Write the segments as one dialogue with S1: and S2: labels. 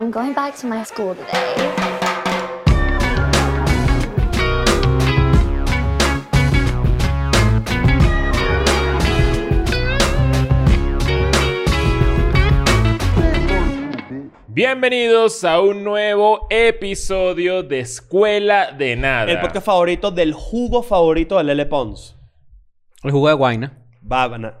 S1: I'm going back to my school today.
S2: Bienvenidos a un nuevo episodio de Escuela de Nada.
S3: El podcast favorito del jugo favorito de Lele Pons.
S4: El jugo de guayna.
S3: Bávana.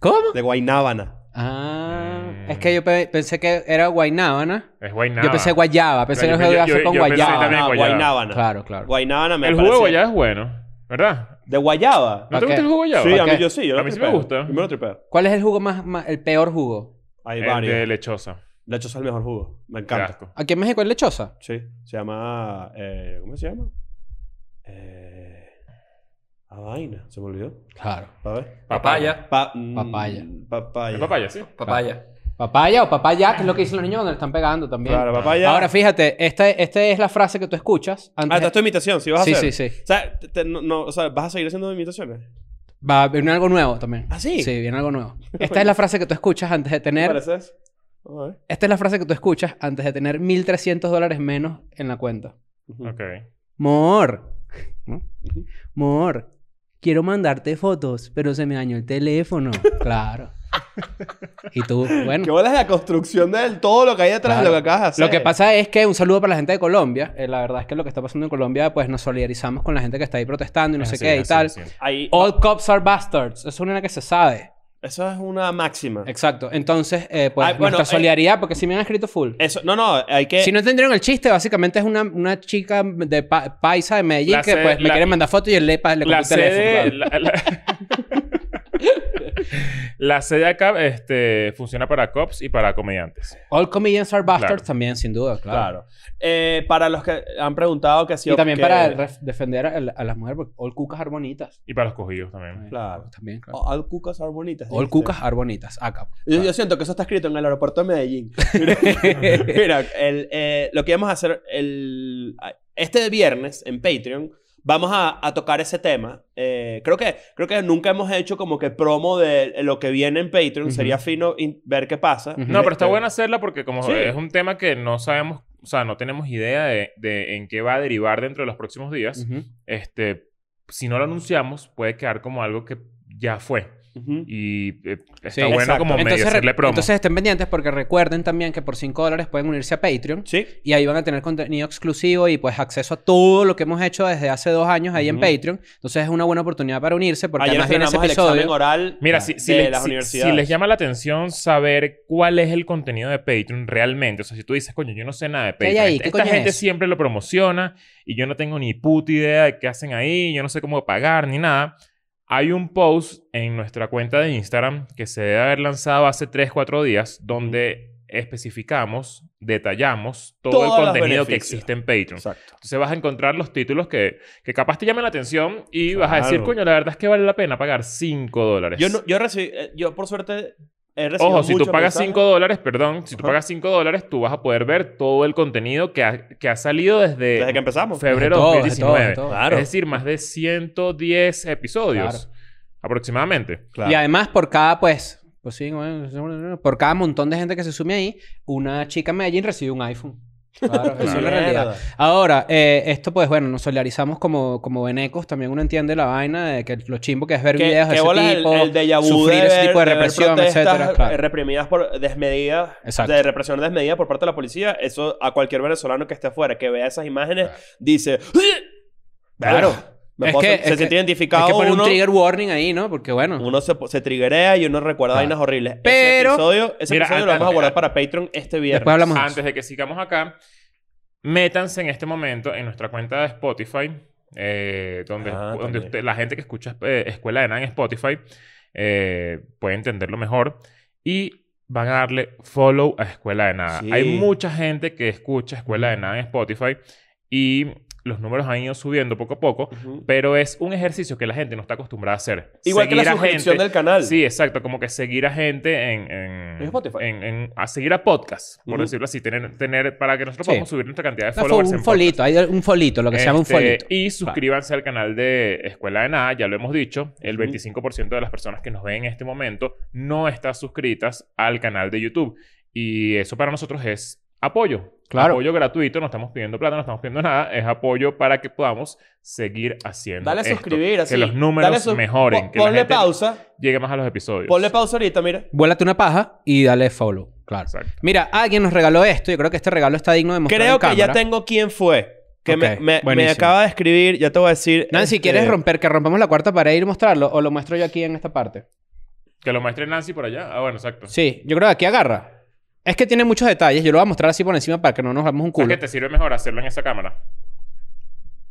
S4: ¿Cómo?
S3: De Guaynábana.
S4: Ah, es que yo pe- pensé que era guaynábana.
S2: Es guaynaba.
S4: Yo pensé guayaba. Pensé
S2: Claro,
S4: que
S2: yo-
S4: era
S2: yo- yo-
S4: con
S2: yo pensé
S4: guayaba.
S2: también
S3: No,
S2: guayaba.
S3: Guaynábana.
S4: Claro, claro.
S3: Guaynábana Ah, me
S2: El jugo de
S3: parece-
S2: guayaba es bueno, ¿verdad?
S3: ¿De guayaba?
S2: ¿No
S4: ¿Pa'
S2: te gusta
S4: qué?
S2: el jugo de guayaba?
S3: Sí, a
S4: ¿pa'
S3: mí
S4: qué?
S3: yo sí. Yo
S2: A
S3: lo
S2: mí sí me
S3: tripeo.
S2: gusta.
S3: Yo me lo tripeo.
S4: ¿Cuál es el jugo más, más- el peor jugo?
S3: Hay
S2: El
S3: varios.
S2: de lechosa.
S3: De hecho, es el mejor jugo. Me
S2: Qué
S3: encanta.
S2: asco.
S4: Aquí en México es lechosa.
S3: Sí. Se llama... eh, ¿Cómo se llama? Eh... Ah, vaina. Se me olvidó.
S4: Claro.
S3: A ver.
S5: Papaya.
S3: Pa- mm,
S4: Papaya.
S3: Papaya.
S2: Es papaya, sí.
S5: Papaya.
S4: Papaya o papaya, que es lo que dicen los niños cuando le están pegando también.
S3: Claro, papaya.
S4: Ahora fíjate, esta, esta es la frase que tú escuchas antes.
S3: Ah, esta es tu imitación. Sí, vas
S4: Sí,
S3: a hacer.
S4: sí, sí.
S3: O sea, te- te- no, no, o sea, ¿vas a seguir haciendo imitaciones?
S4: Va, viene algo nuevo también.
S3: ¿Ah, sí?
S4: Sí, viene algo nuevo. Esta es la frase que tú escuchas antes de
S3: ¿Te
S4: tener
S3: pareces? Vamos a ver.
S4: Esta es la frase que tú escuchas antes de tener 1.300 dólares menos en la cuenta.
S3: Ujú.
S2: Ok.
S4: Mor. ¿no?
S3: Ujú.
S4: Mor. Quiero mandarte fotos, pero se me dañó el teléfono. claro. Y tú,
S3: ¿Qué
S4: bueno.
S3: bola es la construcción de él? todo lo que hay detrás de
S4: Claro.
S3: lo que acabas de hacer?
S4: Lo que pasa es que un saludo para la gente de Colombia. Eh, la verdad es que lo que está pasando en Colombia, pues nos solidarizamos con la gente que está ahí protestando y no sé
S2: Así,
S4: qué y
S2: así,
S4: tal.
S2: así.
S3: Ahí-
S4: All cops are bastards. Es una que se sabe.
S3: Eso es una máxima.
S4: Exacto. Entonces, eh, pues
S3: Ay, bueno,
S4: nuestra
S3: eh,
S4: solidaridad, porque si me han escrito full.
S2: eh,
S3: Eso, no, no, hay que...
S4: Si no entendieron el chiste, básicamente es una, una chica de pa- paisa de Medellín
S2: La
S4: que
S2: sede-
S4: pues, me
S2: la-
S4: quiere mandar fotos y él le, pa- le
S2: La
S4: coge el teléfono.
S2: sede...
S4: claro.
S2: La, la- La sede acá este, funciona para cops y para comediantes.
S4: All comedians are bastards
S2: Claro.
S4: también, sin duda, claro.
S3: Claro. Eh, para los que han preguntado que si...
S4: Y también
S3: que-
S4: para ref- defender a, la- a las mujeres, porque all cucas are bonitas. Eh, pues,
S2: Y para los cogidos también.
S3: Claro.
S4: También, claro.
S3: Oh, All cucas are bonitas.
S4: All
S3: dijiste.
S4: cucas are bonitas. Acá.
S3: Yo, yo siento que eso está escrito en el aeropuerto de Medellín. Mira, el, eh, lo que vamos a hacer el, este viernes en Patreon, vamos a, a tocar ese tema. Eh, creo, que, creo que nunca hemos hecho como que promo de lo que viene en Patreon.
S4: Ujú.
S3: Sería fino in- ver qué pasa.
S4: Ujú.
S2: No, pero está
S3: Este,
S2: bueno hacerla porque como
S3: Sí.
S2: es un tema que no sabemos, o sea, no tenemos idea de, de en qué va a derivar dentro de los próximos días.
S4: Ujú.
S2: Este, si no lo anunciamos, puede quedar como algo que ya fue.
S3: Ujú.
S2: Y eh, está
S4: Sí.
S2: bueno
S3: Exacto.
S2: como medio
S4: Entonces, re-
S2: hacerle promo.
S4: entonces estén pendientes porque recuerden también que por 5 dólares pueden unirse a Patreon.
S3: Sí.
S4: Y ahí van a tener contenido exclusivo y pues acceso a todo lo que hemos hecho desde hace dos años ahí en
S3: Ujú.
S4: Patreon. Entonces es una buena oportunidad para unirse porque
S3: Ayer
S4: además viene
S3: estrenamos
S4: ese
S3: el examen
S4: episodio.
S3: oral
S2: Mira, si, si
S3: de
S2: le-
S3: las
S2: si-
S3: universidades.
S2: si les llama la atención saber cuál es el contenido de Patreon realmente, o sea, si tú dices, coño, yo no sé nada de
S4: ¿Qué hay
S2: Patreon,
S4: ahí?
S2: esta,
S4: ¿Qué
S2: esta
S4: coño es
S2: gente
S4: eso?
S2: siempre lo promociona y yo no tengo ni puta idea de qué hacen ahí, yo no sé cómo pagar ni nada. Hay un post en nuestra cuenta de Instagram que se debe haber lanzado hace 3, 4 días donde especificamos, detallamos todo
S3: Todos
S2: el
S3: los
S2: contenido que
S3: beneficios.
S2: existe en Patreon.
S3: Exacto.
S2: Entonces vas a encontrar los títulos que, que capaz te llamen la atención y vas a decir,
S3: Claro.
S2: coño, la verdad es que vale la pena pagar 5 dólares.
S3: Yo, no- yo, recibí, eh, yo por suerte he recibido
S2: Ojo, si tú
S3: muchos
S2: pagas
S3: mensajes.
S2: 5 dólares, perdón, si tú
S3: Ajá.
S2: pagas 5 dólares, tú vas a poder ver todo el contenido que ha, que ha salido desde,
S3: Desde que empezamos.
S2: febrero de
S4: Todo,
S2: 2019.
S4: todo, todo.
S3: Claro.
S2: Es decir, más de 110 episodios aproximadamente.
S4: Y además por cada pues, pues sí, bueno, por cada montón de gente que se sume ahí, una chica en Medellín recibe un iPhone. Claro, eso es la realidad.
S3: Mierda.
S4: Ahora, eh, esto pues bueno, nos solidarizamos como, como venecos, también uno entiende la vaina de que lo chimbo que es ver
S3: Que-
S4: videos de
S3: que
S4: ese
S3: bolas el-
S4: tipo,
S3: el, déjà vu
S4: sufrir
S3: de
S4: ese
S3: ver-
S4: tipo de
S3: ver
S4: represión,
S3: protestas,
S4: etcétera, claro.
S3: eh, reprimidas por desmedidas,
S4: Exacto.
S3: de represión desmedida por parte de la policía, eso a cualquier venezolano que esté afuera, que vea esas imágenes, dice, "¡Ah!
S4: Claro.
S3: Me
S4: Es
S3: puedo
S4: que-
S3: sen- se
S4: es que-
S3: siente
S4: Hay
S3: identificado
S4: que poner
S3: uno,
S4: un trigger warning ahí, ¿no? Porque bueno,
S3: uno se, po- se triggerea y uno recuerda
S4: Claro.
S3: vainas horribles.
S4: Pero-
S3: ese episodio, ese
S2: Mira,
S3: episodio lo vamos a
S2: antes-
S3: guardar para Patreon este viernes.
S4: después hablamos de eso.
S2: Antes de que sigamos acá, métanse en este momento en nuestra cuenta de Spotify, eh, donde,
S3: Ah,
S2: donde
S3: también.
S2: usted- la gente que escucha eh, Escuela de Nada en Spotify eh, puede entenderlo mejor. Y van a darle follow a Escuela de Nada.
S3: Sí.
S2: Hay mucha gente que escucha Escuela de Nada en Spotify y los números han ido subiendo poco a poco.
S3: Ujú.
S2: Pero es un ejercicio que la gente no está acostumbrada a hacer.
S3: Igual que
S2: Seguir
S3: la
S2: a
S3: suscripción
S2: gente-
S3: del canal.
S2: Sí, exacto. Como que seguir a gente en... En
S3: En Spotify.
S2: en- en- a seguir a podcast, por
S3: Ujú.
S2: decirlo así. Tener, tener, para que nosotros
S4: Sí.
S2: podamos subir nuestra cantidad de
S4: No, fue
S2: followers
S4: un
S2: en podcast.
S4: folito, hay un folito, lo que se llama un
S2: Este,
S4: folito.
S2: Y suscríbanse al canal de Escuela de Nada. Ya lo hemos dicho. El 25% de las personas que nos ven en este momento no están suscritas al canal de YouTube. Y eso para nosotros es apoyo.
S4: Claro.
S2: Apoyo gratuito, no estamos pidiendo plata, no estamos pidiendo nada, es apoyo para que podamos seguir haciendo.
S3: Dale a
S2: esto.
S3: suscribir, así.
S2: Que los números
S3: Dale sus-
S2: mejoren.
S3: po-
S2: que la
S3: ponle
S2: gente
S3: pausa.
S2: Llegue más a los episodios.
S3: Ponle pausa ahorita, mira.
S4: Vuélate una paja y dale follow. Claro.
S2: Exacto.
S4: Mira, alguien nos regaló esto. Yo creo que este regalo está digno de mostrar
S3: Creo
S4: en
S3: que ya
S4: cámara.
S3: tengo quién fue. Que me-
S4: Ok,
S3: me, me
S4: buenísimo.
S3: acaba de escribir, ya te voy a decir.
S4: Nancy,
S3: este,
S4: ¿quieres romper? Que rompamos la cuarta para ir y mostrarlo. ¿O lo muestro yo aquí en esta parte?
S2: Que lo muestre Nancy por allá. Ah, bueno, exacto.
S4: Sí. Yo creo que aquí agarra. Es que tiene muchos detalles. Yo lo voy a mostrar así por encima para que no nos hagamos un
S2: ¿Sabes
S4: culo.
S2: que te sirve mejor hacerlo en esa cámara?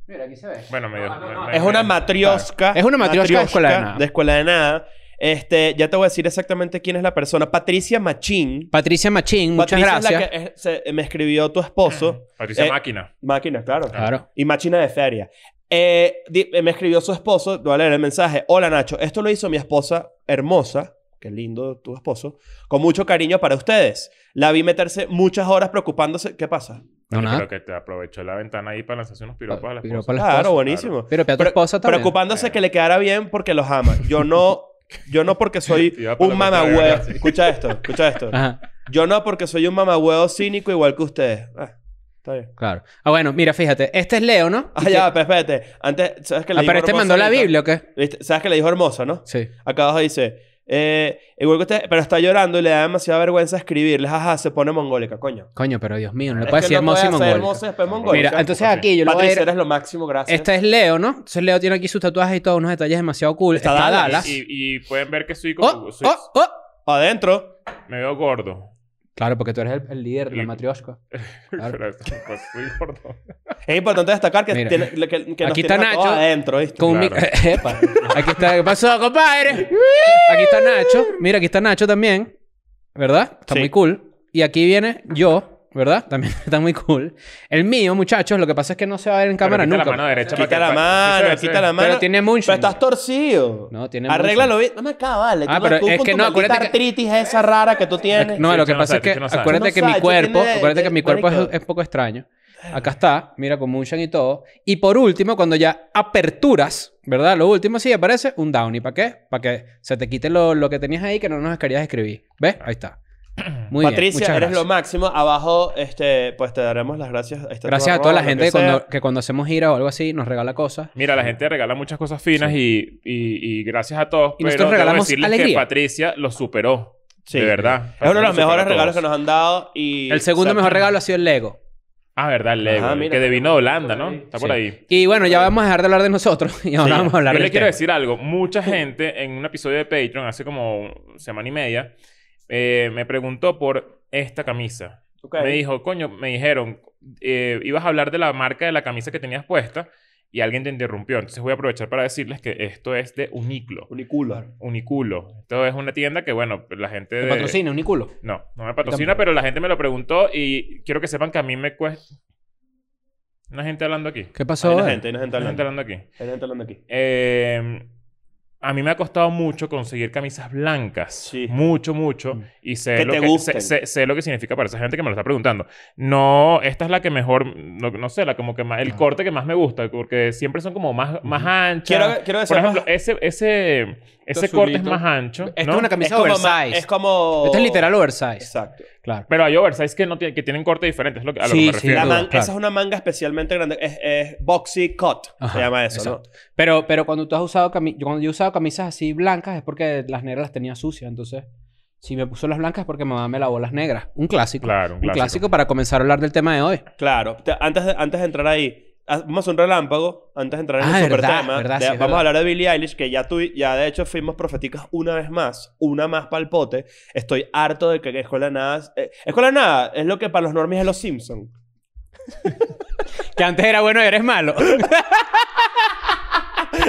S4: Mira, aquí se ve.
S2: Bueno, medio. me- me-
S3: Es una matriosca.
S4: Claro. Es una matriosca de Escuela de Nada.
S3: de Escuela de Nada. Este, ya te voy a decir exactamente quién es la persona. Patricia Machín.
S4: Patricia Machín, muchas
S3: Patricia es la
S4: gracias.
S3: que, es- se- me escribió tu esposo.
S2: Patricia
S3: Eh,
S2: Máquina.
S3: Máquina, claro.
S4: Claro.
S3: Y máquina de feria. Eh, di- eh, me escribió su esposo, te voy a leer el mensaje. Hola Nacho, esto lo hizo mi esposa hermosa, qué lindo tu esposo, con mucho cariño para ustedes. La vi meterse muchas horas preocupándose. ¿Qué pasa?
S4: No, nada.
S2: Creo que te aprovechó la ventana ahí para lanzarse unos piropos a la
S4: Piropo
S2: esposa.
S4: a la
S3: Claro,
S4: esposa.
S3: buenísimo.
S4: Piropear a tu
S3: Pre-
S4: esposa también.
S3: Preocupándose
S2: Eh.
S3: que le quedara bien porque los ama. Yo no, yo no porque soy
S2: Te iba para
S3: un
S2: la mitad de la
S3: mamagüeo.
S2: clase.
S3: Escucha esto, escucha esto.
S4: Ajá.
S3: Yo no porque soy un mamagüeo cínico igual que ustedes. Ah, está bien.
S4: Claro. Ah, bueno, mira, fíjate. Este es Leo, ¿no?
S3: Ah, ya, pero espérate. Antes, ¿sabes que le
S4: Ah,
S3: dijo
S4: pero este
S3: hermosa
S4: mandó la
S3: ahorita?
S4: Biblia, ¿o qué?
S3: ¿Viste? ¿Sabes que le dijo hermosa, no?
S4: Sí.
S3: Acá abajo dice, eh, igual que usted, pero está llorando y le da demasiada vergüenza escribirles. Ajá, se pone mongólica, coño.
S4: Coño, pero Dios mío, no le
S3: Es
S4: puedes
S3: que
S4: decir
S3: no
S4: hermoso y
S3: puede ser
S4: mongólico.
S3: hermosa y después
S2: Mongólica.
S4: Mira,
S3: mongólica.
S4: entonces
S2: así.
S4: aquí yo lo voy a
S3: Patricia,
S4: ir...
S3: eres lo máximo, gracias.
S4: Este es Leo, ¿no? Entonces Leo tiene aquí sus tatuajes y todos unos detalles demasiado cool.
S3: Está
S4: Está,
S3: Dallas.
S4: Dallas.
S2: Y, y pueden ver que soy como.
S4: ¡Oh!
S2: soy-
S4: ¡Oh! ¡Oh!
S3: Adentro.
S2: Me veo gordo.
S4: Claro, porque tú eres el, el líder de la
S2: Y-
S4: matriosca. Claro.
S2: Pero pues, soy gordo.
S3: Es importante destacar que,
S4: Mira.
S3: tiene- que, que- que nos
S4: Aquí está
S3: tienes a
S4: Nacho.
S3: todos adentro, ¿viste?
S4: Con un
S2: Claro.
S4: mic- Epa. Aquí está. ¿Qué pasó, compadre? Aquí está Nacho. Mira, aquí está Nacho también. ¿Verdad? Está
S3: Sí.
S4: muy cool. Y aquí viene yo. ¿Verdad? También está muy cool. El mío, muchachos, lo que pasa es que no se va a ver en cámara
S2: Pero quita
S4: nunca.
S2: la mano derecha. para
S3: Quita
S2: que-
S3: la
S2: para-
S3: mano,
S2: sí, sí,
S3: quita
S2: sí.
S3: la mano.
S4: Pero tiene mucho.
S3: Pero estás torcido.
S4: No, tiene
S3: Arréglalo bien. No me acaba, vale.
S4: Ah,
S3: tú, no-
S4: pero
S3: tú
S4: es
S3: con
S4: que
S3: tu
S4: no,
S3: maldita
S4: acuérdate que-
S3: artritis esa rara que tú tienes.
S4: No,
S2: Sí,
S4: lo
S2: tú
S4: que
S2: no
S4: pasa es
S2: sabes,
S4: que
S2: tú no sabes.
S4: acuérdate
S3: Tú no
S4: que
S3: sabes,
S4: mi
S3: tú
S4: cuerpo,
S3: tienes-
S4: acuérdate que mi cuerpo es,
S3: marico.
S4: es poco extraño. Acá está, mira con motion y todo. Y por último, cuando ya aperturas, ¿verdad? Lo último sí aparece un downy. ¿Para qué? Para que se te quite lo, lo que tenías ahí que no nos querías escribir. ¿Ves? Ahí está. Muy bien.
S3: Patricia,
S4: muchas
S3: eres lo
S4: gracias.
S3: máximo. Abajo, este, pues te daremos las gracias. Ahí está tu
S4: Gracias a
S3: arroba,
S4: toda la
S3: lo que
S4: gente que
S3: sea.
S4: cuando, que cuando hacemos giras o algo así nos regala cosas.
S2: Mira, la gente regala muchas cosas finas y, y, y gracias a todos.
S4: Y
S2: pero
S4: nosotros
S2: debo
S4: regalamos
S2: decirles que
S4: alegría.
S2: Patricia lo superó.
S3: Sí.
S2: De verdad.
S3: Es uno
S2: Patricia
S3: de los
S2: superó
S3: mejores
S2: a
S3: regalos que
S2: todos.
S3: nos han dado. Y
S4: El segundo
S3: o sea,
S4: mejor regalo ha sido el Lego.
S2: Ah, verdad, el Lego.
S3: Ajá,
S2: el
S3: mira.
S2: que de vino de Holanda, ¿no? Está por
S4: Sí.
S2: ahí.
S4: Y bueno, ya vamos a dejar de hablar de nosotros y ahora
S2: Sí.
S4: vamos a hablar
S2: Yo
S4: de
S2: le quiero decir algo. Mucha gente en un episodio de Patreon hace como semana y media eh, me preguntó por esta camisa.
S3: ok.
S2: Me dijo, coño, me dijeron, eh, ibas a hablar de la marca de la camisa que tenías puesta y alguien te interrumpió. Entonces voy a aprovechar para decirles que esto es de Uniqlo.
S3: Uniculo.
S2: Uniculo. Esto es una tienda que, bueno, la gente...
S4: ¿Te
S2: de-
S4: patrocina un culo?
S2: No, no me patrocina, pero la gente me lo preguntó y quiero que sepan que a mí me cuesta... Una gente hablando aquí.
S4: ¿Qué
S3: Hay
S4: pasó?
S3: una
S4: eh?
S3: gente, hay una gente
S2: Una gente hablando
S3: hablando.
S2: aquí.
S3: Hay una gente hablando aquí.
S2: Eh, a mí me ha costado mucho conseguir camisas blancas.
S3: Sí.
S2: Mucho, mucho.
S4: Mm.
S2: Y sé,
S3: Que
S2: lo
S3: te
S2: que,
S3: gusten.
S2: sé, sé- sé lo que significa para esa gente que me lo está preguntando. No, esta es la que mejor, no, no sé, la como que más, el corte que más me gusta, porque siempre son como más, más anchas.
S3: Quiero, quiero decir,
S2: Por ejemplo, ese, ese, ese corte es
S4: azulito.
S2: más ancho.
S4: Esta
S2: ¿no?
S4: es una
S3: es
S4: camisa
S3: como, ma-
S4: oversize.
S3: es como.
S4: Esta es literal oversize.
S3: Exacto.
S4: Claro.
S2: Pero hay oversize que, no tiene- que tienen corte diferente, es lo que, a lo que
S4: Sí,
S2: me
S4: sí,
S2: refiero.
S3: La
S4: duda,
S3: man-
S4: claro.
S3: Esa es una manga especialmente grande. Es, es boxy cut.
S4: Ajá,
S3: se llama eso,
S4: exacto. Pero, pero cuando tú has usado cami- yo cuando yo he usado camisas así blancas es porque las negras las tenía sucias. Entonces, si me puso las blancas es porque mamá me lavó las negras. Un clásico.
S2: Claro, un
S4: un clásico.
S2: clásico
S4: para comenzar a hablar del tema de hoy.
S3: ¿no? Claro. Te- antes, de, antes de entrar ahí, ha- vamos a hacer un relámpago. Antes de entrar en
S4: Ah,
S3: el super
S4: verdad,
S3: tema.
S4: verdad,
S3: de-
S4: sí,
S3: vamos
S4: es verdad.
S3: a hablar de Billie Eilish, que ya tú, ya de hecho fuimos proféticas una vez más. Una más para el pote. Estoy harto de que, que Escuela de Nada. eh, Escuela de Nada es lo que para los normies es los Simpsons.
S4: Que antes era bueno y eres malo.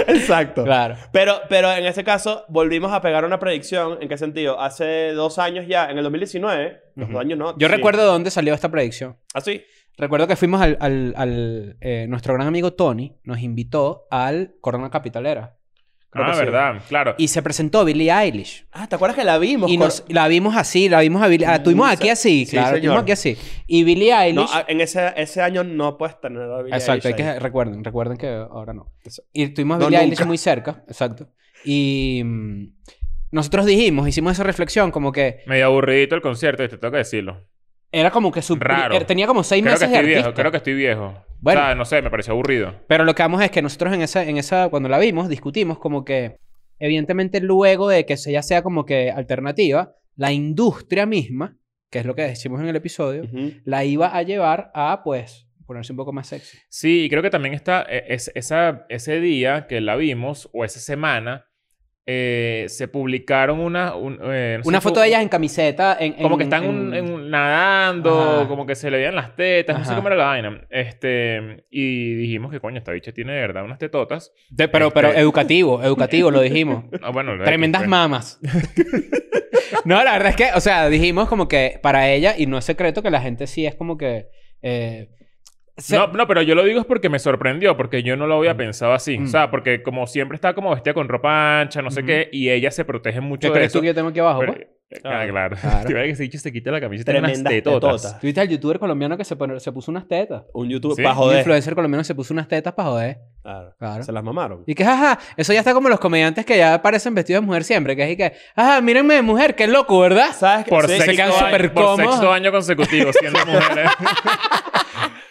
S3: Exacto.
S4: claro.
S3: Pero, pero en ese caso, volvimos a pegar una predicción. ¿En qué sentido? Hace dos años ya, en el 2019. Los
S4: Ujú.
S3: dos años no.
S4: Yo
S3: sí. Ah,
S4: recuerdo dónde salió esta predicción.
S3: Así.
S4: Recuerdo que fuimos al... al, al, eh, nuestro gran amigo Tony nos invitó al Corona Capitalera.
S3: Creo que
S2: ah,
S3: sí.
S2: verdad, claro.
S4: Y se presentó Billie Eilish.
S3: Ah, ¿te acuerdas que la vimos?
S4: Y
S3: Cor-
S4: nos, la vimos así, la vimos a Billie... La tuvimos
S3: Mm, Sí,
S4: aquí así,
S3: sí,
S4: claro. La
S3: señor.
S4: tuvimos aquí así. Y Billie Eilish...
S3: No, a- en ese, ese año no puedes tener a Billie
S4: Exacto, hay
S3: Eilish ahí.
S4: que, recuerden, recuerden que ahora no.
S3: Exacto.
S4: Y tuvimos a
S3: No,
S4: Billie Eilish
S3: nunca.
S4: muy cerca, exacto. Y mm, nosotros dijimos, hicimos esa reflexión como que
S2: Medio aburridito el concierto, te tengo que decirlo.
S4: Era como que su...
S2: Raro.
S4: eh, Tenía como seis
S2: Creo que
S4: meses de
S2: estoy viejo,
S4: artista.
S2: creo que estoy viejo.
S4: Bueno.
S2: O sea, no sé, me pareció aburrido.
S4: Pero lo que vamos es que nosotros en esa, en esa, cuando la vimos, discutimos como que, evidentemente, luego de que ella sea como que alternativa, la industria misma, que es lo que decimos en el episodio,
S3: Ujú.
S4: la iba a llevar a, pues, ponerse un poco más sexy.
S2: Sí, y creo que también está eh, es- esa, ese día que la vimos, o esa semana, eh, se publicaron una... un- eh, no sé,
S4: Una
S2: fue-
S4: foto de ellas en camiseta, en...
S2: Como
S4: en-
S2: que están
S4: en-
S2: un- en un- nadando,
S4: Ajá.
S2: como que se le veían las tetas, no sé
S4: Ajá.
S2: cómo era la vaina. Este, y dijimos que, coño, esta bicha tiene de verdad unas tetotas.
S4: De- pero, pero
S2: Este-
S4: educativo, educativo, lo dijimos.
S2: Ah, bueno, lo de
S4: Tremendas
S2: aquí, pues.
S4: mamas. no, la verdad es que, o sea, dijimos como que para ella, y no es secreto que la gente sí es como que... eh, se-
S2: No, no, pero yo lo digo es porque me sorprendió, porque yo no lo había pensado así.
S4: Mm.
S2: O sea, porque como siempre está como vestida con ropa ancha, no sé
S4: Ujú.
S2: qué, y ella se protege mucho de
S4: ¿Qué crees
S2: eso.
S4: tú que yo tengo aquí abajo?
S2: Pero-
S4: pues?
S2: Ah, claro.
S4: Claro.
S2: Te iba a decir que se dicho se quita la camisa y tiene unas
S3: Tremendas
S2: tetotas.
S3: tetotas.
S4: ¿Tú viste al youtuber colombiano que se, pone- se puso unas tetas?
S3: Un youtuber
S2: Sí.
S3: para
S4: Un
S3: joder.
S4: influencer colombiano se puso unas tetas para joder.
S3: Claro.
S4: Claro.
S3: Se las mamaron.
S4: Y que, jaja, eso ya está como los comediantes que ya aparecen vestidos de mujer siempre. Que es y que, ajá, mírenme de mujer, qué loco, ¿verdad?
S3: ¿Sabes qué?
S2: Por,
S3: Sí,
S4: se
S2: sexto,
S4: quedan
S2: año,
S4: súper
S2: por
S4: cómodos.
S2: sexto año consecutivo siendo mujeres.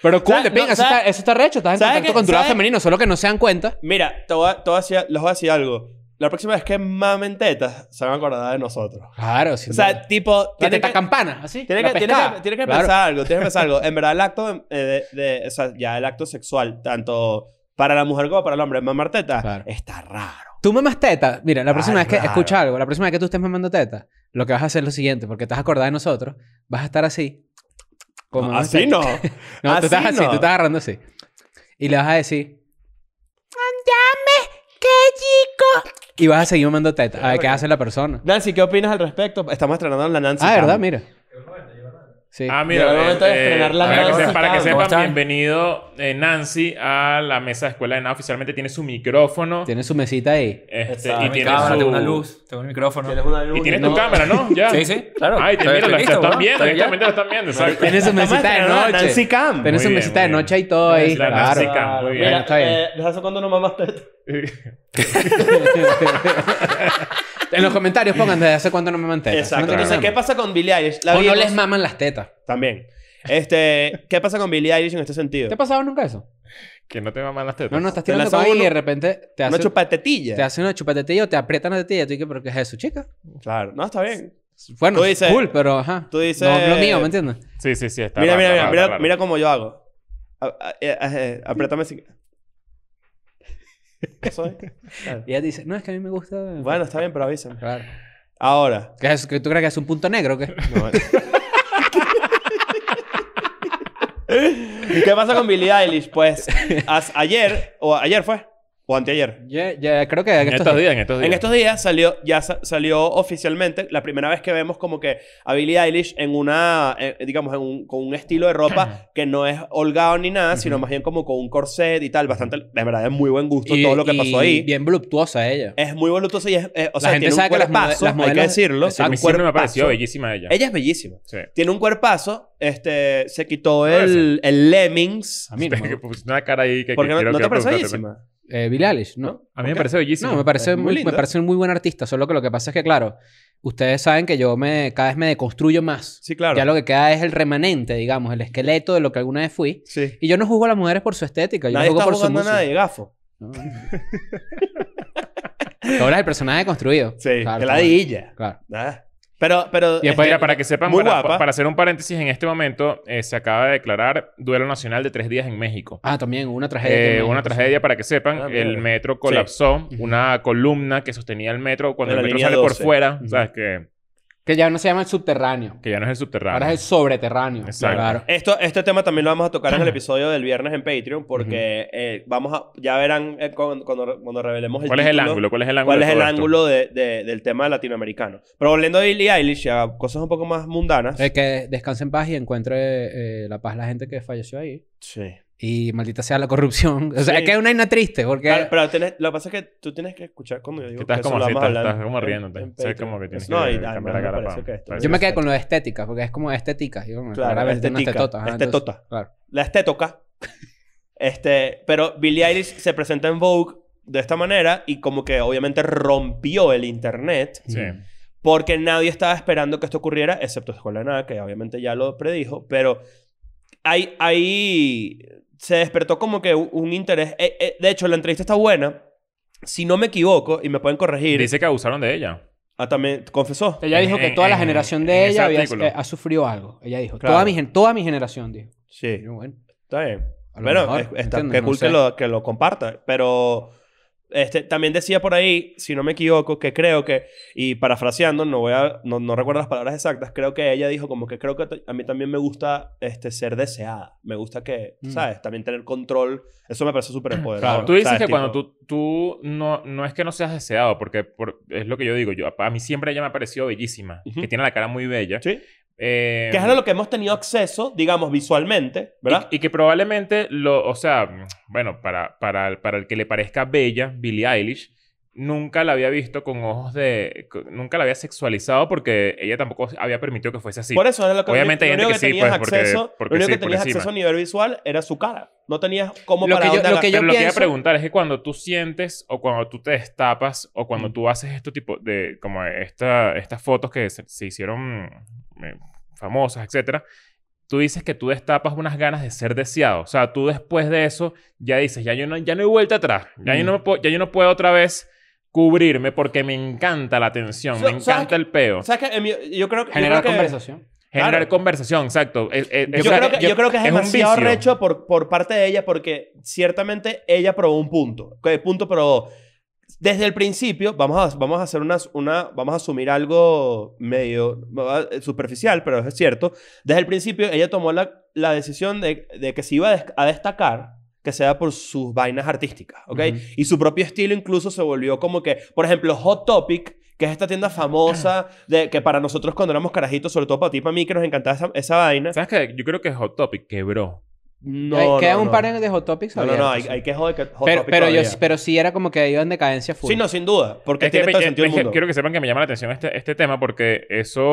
S4: Pero cool,
S3: ¿Sabes?
S4: de pinga,
S3: No,
S4: eso,
S3: ¿sabes?
S4: está, eso está recho, estás en
S3: ¿Sabes
S4: contacto
S3: qué?
S4: con tu lado
S3: ¿Sabes?
S4: femenino, solo que no se dan cuenta.
S3: Mira, te voy a- te voy a decir- les voy a decir algo. La próxima vez que mamen tetas, se van a acordar de nosotros.
S4: Claro, sí.
S3: O sea, tipo...
S4: la
S3: tienen
S4: teta
S3: que-
S4: campana, así.
S3: Tiene
S4: la
S3: que, tiene
S4: pescada.
S3: que- tiene que
S4: Claro.
S3: pensar algo, tiene que pensar algo. En verdad, el acto de, eh, de- de- o sea, ya el acto sexual, tanto para la mujer como para el hombre, mamar teta,
S4: Claro.
S3: está raro.
S4: Tú mamas teta. Mira, la próxima
S3: Ay,
S4: vez que.
S3: raro.
S4: Escucha algo. La próxima vez que tú estés mamando teta, lo que vas a hacer es lo siguiente, porque te has acordado de nosotros. Vas a estar así. como mamas
S3: Así
S4: teta.
S3: no.
S4: No, tú estás
S3: Así
S4: así,
S3: no.
S4: tú estás agarrando así. Y le vas a decir. ¡Andame! ¡Qué chico! Y vas a seguir mamando teta. A ver qué hace la persona.
S3: Nancy, ¿qué opinas al respecto? Estamos estrenando la Nancy.
S4: Ah,
S3: Cam.
S4: ¿verdad? Mira. Sí.
S2: Ah,
S3: Llegó el
S2: mira. eh,
S3: momento de
S2: eh,
S3: estrenar la
S2: para, que
S3: Nancy
S2: se- para que
S3: Cam.
S5: ¿Cómo
S2: sepan,
S5: están?
S2: bienvenido eh, Nancy a la mesa de escuela de nada. Oficialmente tiene su micrófono.
S4: Tiene su mesita ahí.
S2: este,
S3: Exacto.
S2: y
S5: mi
S2: tiene
S5: cámara,
S2: su-
S5: tengo una luz, tengo un micrófono.
S3: Tienes una luz,
S2: Y tienes
S3: ¿no?
S2: tu cámara, ¿no? Ya.
S5: Sí, sí, claro.
S2: Ay, te
S5: Estoy-
S2: mira, la
S5: estoy
S2: la
S5: listo,
S2: están
S5: ¿no?
S2: viendo.
S5: Estoy ya.
S2: Evidentemente la están viendo. exacto.
S4: Tiene su
S3: Estamos
S4: mesita de
S3: estrenando la
S4: noche.
S3: Nancy Cam.
S4: Tiene
S2: Muy
S4: su
S2: bien,
S4: mesita
S2: muy
S4: de
S2: bien.
S4: noche y todo ahí.
S2: La Nancy
S4: Claro.
S2: Cam, muy bien.
S3: Mira,
S4: Está bien.
S3: eh, ¿desde hace cuándo no mamas teta?
S4: en los comentarios pongan desde hace cuánto no me mantengo.
S3: Exacto. Entonces, ¿qué pasa con Billie Eilish? La
S4: O no
S3: vimos-
S4: les maman las tetas.
S3: También. Este, ¿Qué pasa con Billie Eilish en este sentido?
S4: ¿Te ha pasado nunca eso?
S2: Que no te maman las tetas.
S4: No, no, estás
S3: Te
S4: tirando
S3: lanzan
S4: con ahí y
S3: uno-
S4: de repente te
S3: Una
S4: hace,
S3: chupatecilla.
S4: te hace una chupetilla o te aprietan la tetilla. Tú dices, ¿pero qué es eso, chica?
S3: Claro. No, está bien.
S4: Bueno,
S3: Tú dices-
S4: cool, pero ajá.
S3: tú dices-
S4: No, lo mío, ¿me entiendes?
S2: Sí, sí, sí. Está
S3: Mira,
S2: raro,
S3: mira, mira,
S2: raro,
S3: mira,
S2: raro.
S3: mira cómo yo hago. A- a- eh, eh, Apriétame si... Eso es. Claro.
S4: Y ella dice, no, es que a mí me gusta...
S3: Bueno, está bien, pero avísame.
S4: Claro.
S3: Ahora.
S4: ¿Qué es eso? ¿Que ¿Tú crees que es un punto negro o qué?
S3: No, bueno. ¿Qué pasa con Billie Eilish? Pues as- ayer, o ayer fue, o anteayer.
S4: Ya, ya, creo que...
S2: En
S4: esto-
S2: estos días, en estos días.
S3: En estos días salió, ya sa- salió oficialmente la primera vez que vemos como que a Billie Eilish en una, eh, digamos, en un- con un estilo de ropa que no es holgado ni nada, sino más bien como con un corset y tal, bastante, de verdad, es muy buen gusto
S4: y-
S3: todo lo que
S4: y
S3: pasó ahí.
S4: Bien voluptuosa ella.
S3: Es muy voluptuosa y es, eh, o
S4: La
S3: sea,
S4: gente
S3: tiene
S4: sabe que
S3: un
S4: las mode-
S3: cuerpazo,
S4: las
S3: hay que
S4: modelos-
S3: decirlo.
S4: Exacto.
S2: A mí
S3: un
S2: siempre me pareció
S3: cuerpazo.
S2: bellísima ella.
S3: Ella es bellísima.
S2: Sí.
S3: Tiene un cuerpazo, este, se quitó
S2: Puede
S3: el, el Lemmings.
S4: A mí no me
S2: Que
S4: gusta.
S2: pusiste una cara ahí que...
S3: Porque
S2: que pues.
S3: no,
S2: quiero-
S3: no te
S2: quiero
S3: parece
S2: preguntarte.
S3: bellísima.
S4: Eh, Billie Eilish, ¿no?
S2: A mí me
S3: ¿Por qué?
S2: parece bellísima.
S4: No, me parece,
S3: Es muy
S4: muy, me
S3: linda.
S4: parece un muy buen artista. Solo que lo que pasa es que, claro, ustedes saben que yo me cada vez me deconstruyo más.
S3: Sí, claro.
S4: Ya lo que queda es el remanente, digamos, el esqueleto de lo que alguna vez fui.
S3: Sí.
S4: Y yo no juzgo a las mujeres por su estética, yo
S3: Nadie
S4: juzgo
S3: está
S4: por su
S3: jugando a
S4: música.
S3: nadie, gafo.
S4: No. Ahora es el personaje construido.
S3: Sí,
S4: Claro,
S3: que la
S4: claro.
S3: diilla.
S4: Claro.
S3: Ah. Pero, pero...
S4: Y después
S2: Mira,
S3: este,
S2: para que sepan,
S3: Muy
S2: para,
S3: guapa.
S2: para hacer un paréntesis, en este momento eh, se acaba de declarar duelo nacional de tres días en México.
S4: Ah, también hubo una tragedia.
S2: Eh,
S4: también.
S2: una tragedia para que sepan,
S3: Ah, mierda.
S2: el metro colapsó,
S4: Sí.
S2: una columna que sostenía el metro, cuando
S3: De
S2: el
S3: la
S2: metro
S3: línea
S2: sale por
S3: 12.
S2: fuera,
S4: Ujú.
S2: sabes que,
S4: Que ya no se llama el subterráneo.
S2: que ya no es el subterráneo.
S4: Ahora es el sobreterráneo.
S2: Exacto.
S4: Claro.
S3: Esto, este tema también lo vamos a tocar en el episodio del viernes en Patreon porque eh, vamos a... Ya verán eh, con- cuando, cuando revelemos el
S2: ¿Cuál es el
S3: título,
S2: ángulo? ¿Cuál es el ángulo?
S3: ¿Cuál
S2: de
S3: es el
S2: todo esto?
S3: ángulo de- de- del tema latinoamericano? Pero volviendo a Billie Eilish, a cosas un poco más mundanas.
S4: Eh, que descanse en paz y encuentre eh, la paz la gente que falleció ahí.
S3: Sí.
S4: Y maldita sea la corrupción. O sea,
S3: Sí.
S4: es que es una vaina triste porque...
S3: Claro, pero tenés- lo que pasa es que tú tienes que escuchar cuando yo digo
S2: Que estás
S3: eso
S2: como
S3: lo
S2: así,
S3: vamos a
S2: estás-
S3: hablar
S2: estás como
S3: en-
S2: riéndote.
S3: en
S2: O sea,
S3: Patreon.
S2: como que tienes
S3: No,
S2: que
S3: y
S2: cambiar
S3: además
S2: la
S3: me
S2: cara
S3: pareció
S2: para-
S3: que esto-
S2: para-
S4: Yo me quedé con lo de estética, porque es como estética. Yo, bueno,
S3: Claro,
S4: claramente una
S3: estética,
S4: estetota, ajá, entonces,
S3: estetota.
S4: claro.
S3: La estétoca. Este, pero Billie Eilish se presenta en Vogue de esta manera y como que obviamente rompió el internet
S2: Sí.
S4: Mm.
S3: porque nadie estaba esperando que esto ocurriera, excepto Escuela de Nada, que obviamente ya lo predijo, pero ahí, ahí se despertó como que un, un interés. Eh, eh, de hecho, la entrevista está buena. Si no me equivoco, y me pueden corregir,
S2: Dice que abusaron de ella.
S3: ah, también confesó.
S4: Ella dijo que
S2: En-
S4: toda la
S2: en-
S4: generación
S2: en
S4: de
S2: ese
S4: ella había-
S2: artículo.
S4: eh, ha sufrido algo. Ella dijo,
S3: Claro.
S4: toda, mi, gen- toda mi generación, dijo.
S3: Sí,
S4: Yo, bueno,
S3: está bien.
S4: a lo
S3: Bueno,
S4: mejor,
S3: es-
S4: ¿me
S3: está,
S4: entiendes?
S3: qué
S4: No
S3: cool
S4: sé.
S3: que, lo, que lo comparta. Pero este, también decía por ahí, si no me equivoco, que creo que, y parafraseando, no, voy a, no, no recuerdo las palabras exactas, creo que ella dijo como que creo que t- a mí también me gusta este, ser deseada. Me gusta que,
S4: Mm.
S3: ¿sabes? También tener control. Eso me parece súper empoderado.
S2: Tú dices
S3: ¿sabes?
S2: que
S3: Tipo,
S2: cuando tú, tú no, no es que no seas deseado, porque por- es lo que yo digo. Yo, a mí siempre ella me ha parecido bellísima,
S3: Ujú.
S2: que tiene la cara muy bella.
S3: Sí.
S2: Eh,
S3: Que es a lo que hemos tenido acceso, digamos, visualmente, ¿verdad?
S2: Y, y que probablemente, lo, o sea, mm, bueno, para, para, el- para el que le parezca bella, Billie Eilish, nunca la había visto con ojos de... co- Nunca la había sexualizado porque ella tampoco había permitido que fuese así.
S3: Por eso era lo que
S2: Obviamente hay
S3: lo único
S2: gente que sí,
S3: tenías
S2: pues, porque-
S3: acceso,
S2: porque
S3: lo único
S2: sí,
S3: que
S2: por
S3: tenías
S2: encima.
S3: acceso a nivel visual era su cara. No tenías cómo
S4: Lo
S3: para
S4: que yo-
S3: dónde
S4: lo
S3: agarrar.
S4: que yo
S2: Pero lo que iba a
S4: pienso-
S2: preguntar es que cuando tú sientes o cuando tú te destapas o cuando tú haces este tipo de... Como esta, estas fotos que se, se hicieron mm, eh, famosas, etcétera, tú dices que tú destapas unas ganas de ser deseado. O sea, tú después de eso ya dices, ya yo no, ya no hay vuelta atrás. Ya, yo,
S4: Mm.
S2: no me puedo, ya yo no puedo otra vez cubrirme porque me encanta la atención,
S3: So-
S2: me
S3: ¿sabes
S2: encanta
S3: qué?
S2: el peo.
S3: ¿Sabes qué? En mi- Yo creo que... yo
S4: Generar
S3: creo que-
S4: conversación.
S2: Generar
S3: claro.
S2: conversación, exacto. Es- eh, es-
S3: Yo,
S2: o sea,
S3: creo que, yo, creo que es,
S2: un
S3: demasiado
S2: vicio.
S3: recho por, por parte de ella porque ciertamente ella probó un punto. ¿Qué punto probó? Desde el principio, vamos a, vamos a hacer unas, una, vamos a asumir algo medio eh, superficial, pero es cierto. Desde el principio, ella tomó la, la decisión de, de que se iba a, des- a destacar, que sea por sus vainas artísticas, ¿ok?
S4: Ujú.
S3: Y su propio estilo incluso se volvió como que, por ejemplo, Hot Topic, que es esta tienda famosa de, que para nosotros cuando éramos carajitos, sobre todo para ti y para mí, que nos encantaba esa, esa vaina.
S2: ¿Sabes qué? Yo creo que Hot Topic quebró.
S3: No,
S4: Hay- quedan
S3: no,
S4: un
S3: no.
S4: par de hot topics
S3: No, no, no,
S4: abiertos,
S3: hay,
S4: sí.
S3: hay que joder que Hot
S4: pero,
S3: Topic
S4: pero, yo,
S3: todavía.
S4: pero sí era como que iba en decadencia full.
S3: Sí, no, sin duda. Porque
S2: Es que
S3: tiene
S2: me-
S3: todo
S2: eh,
S3: Este el sentido del
S2: me-
S3: mundo.
S2: quiero que sepan que me llama la atención este, este tema porque eso...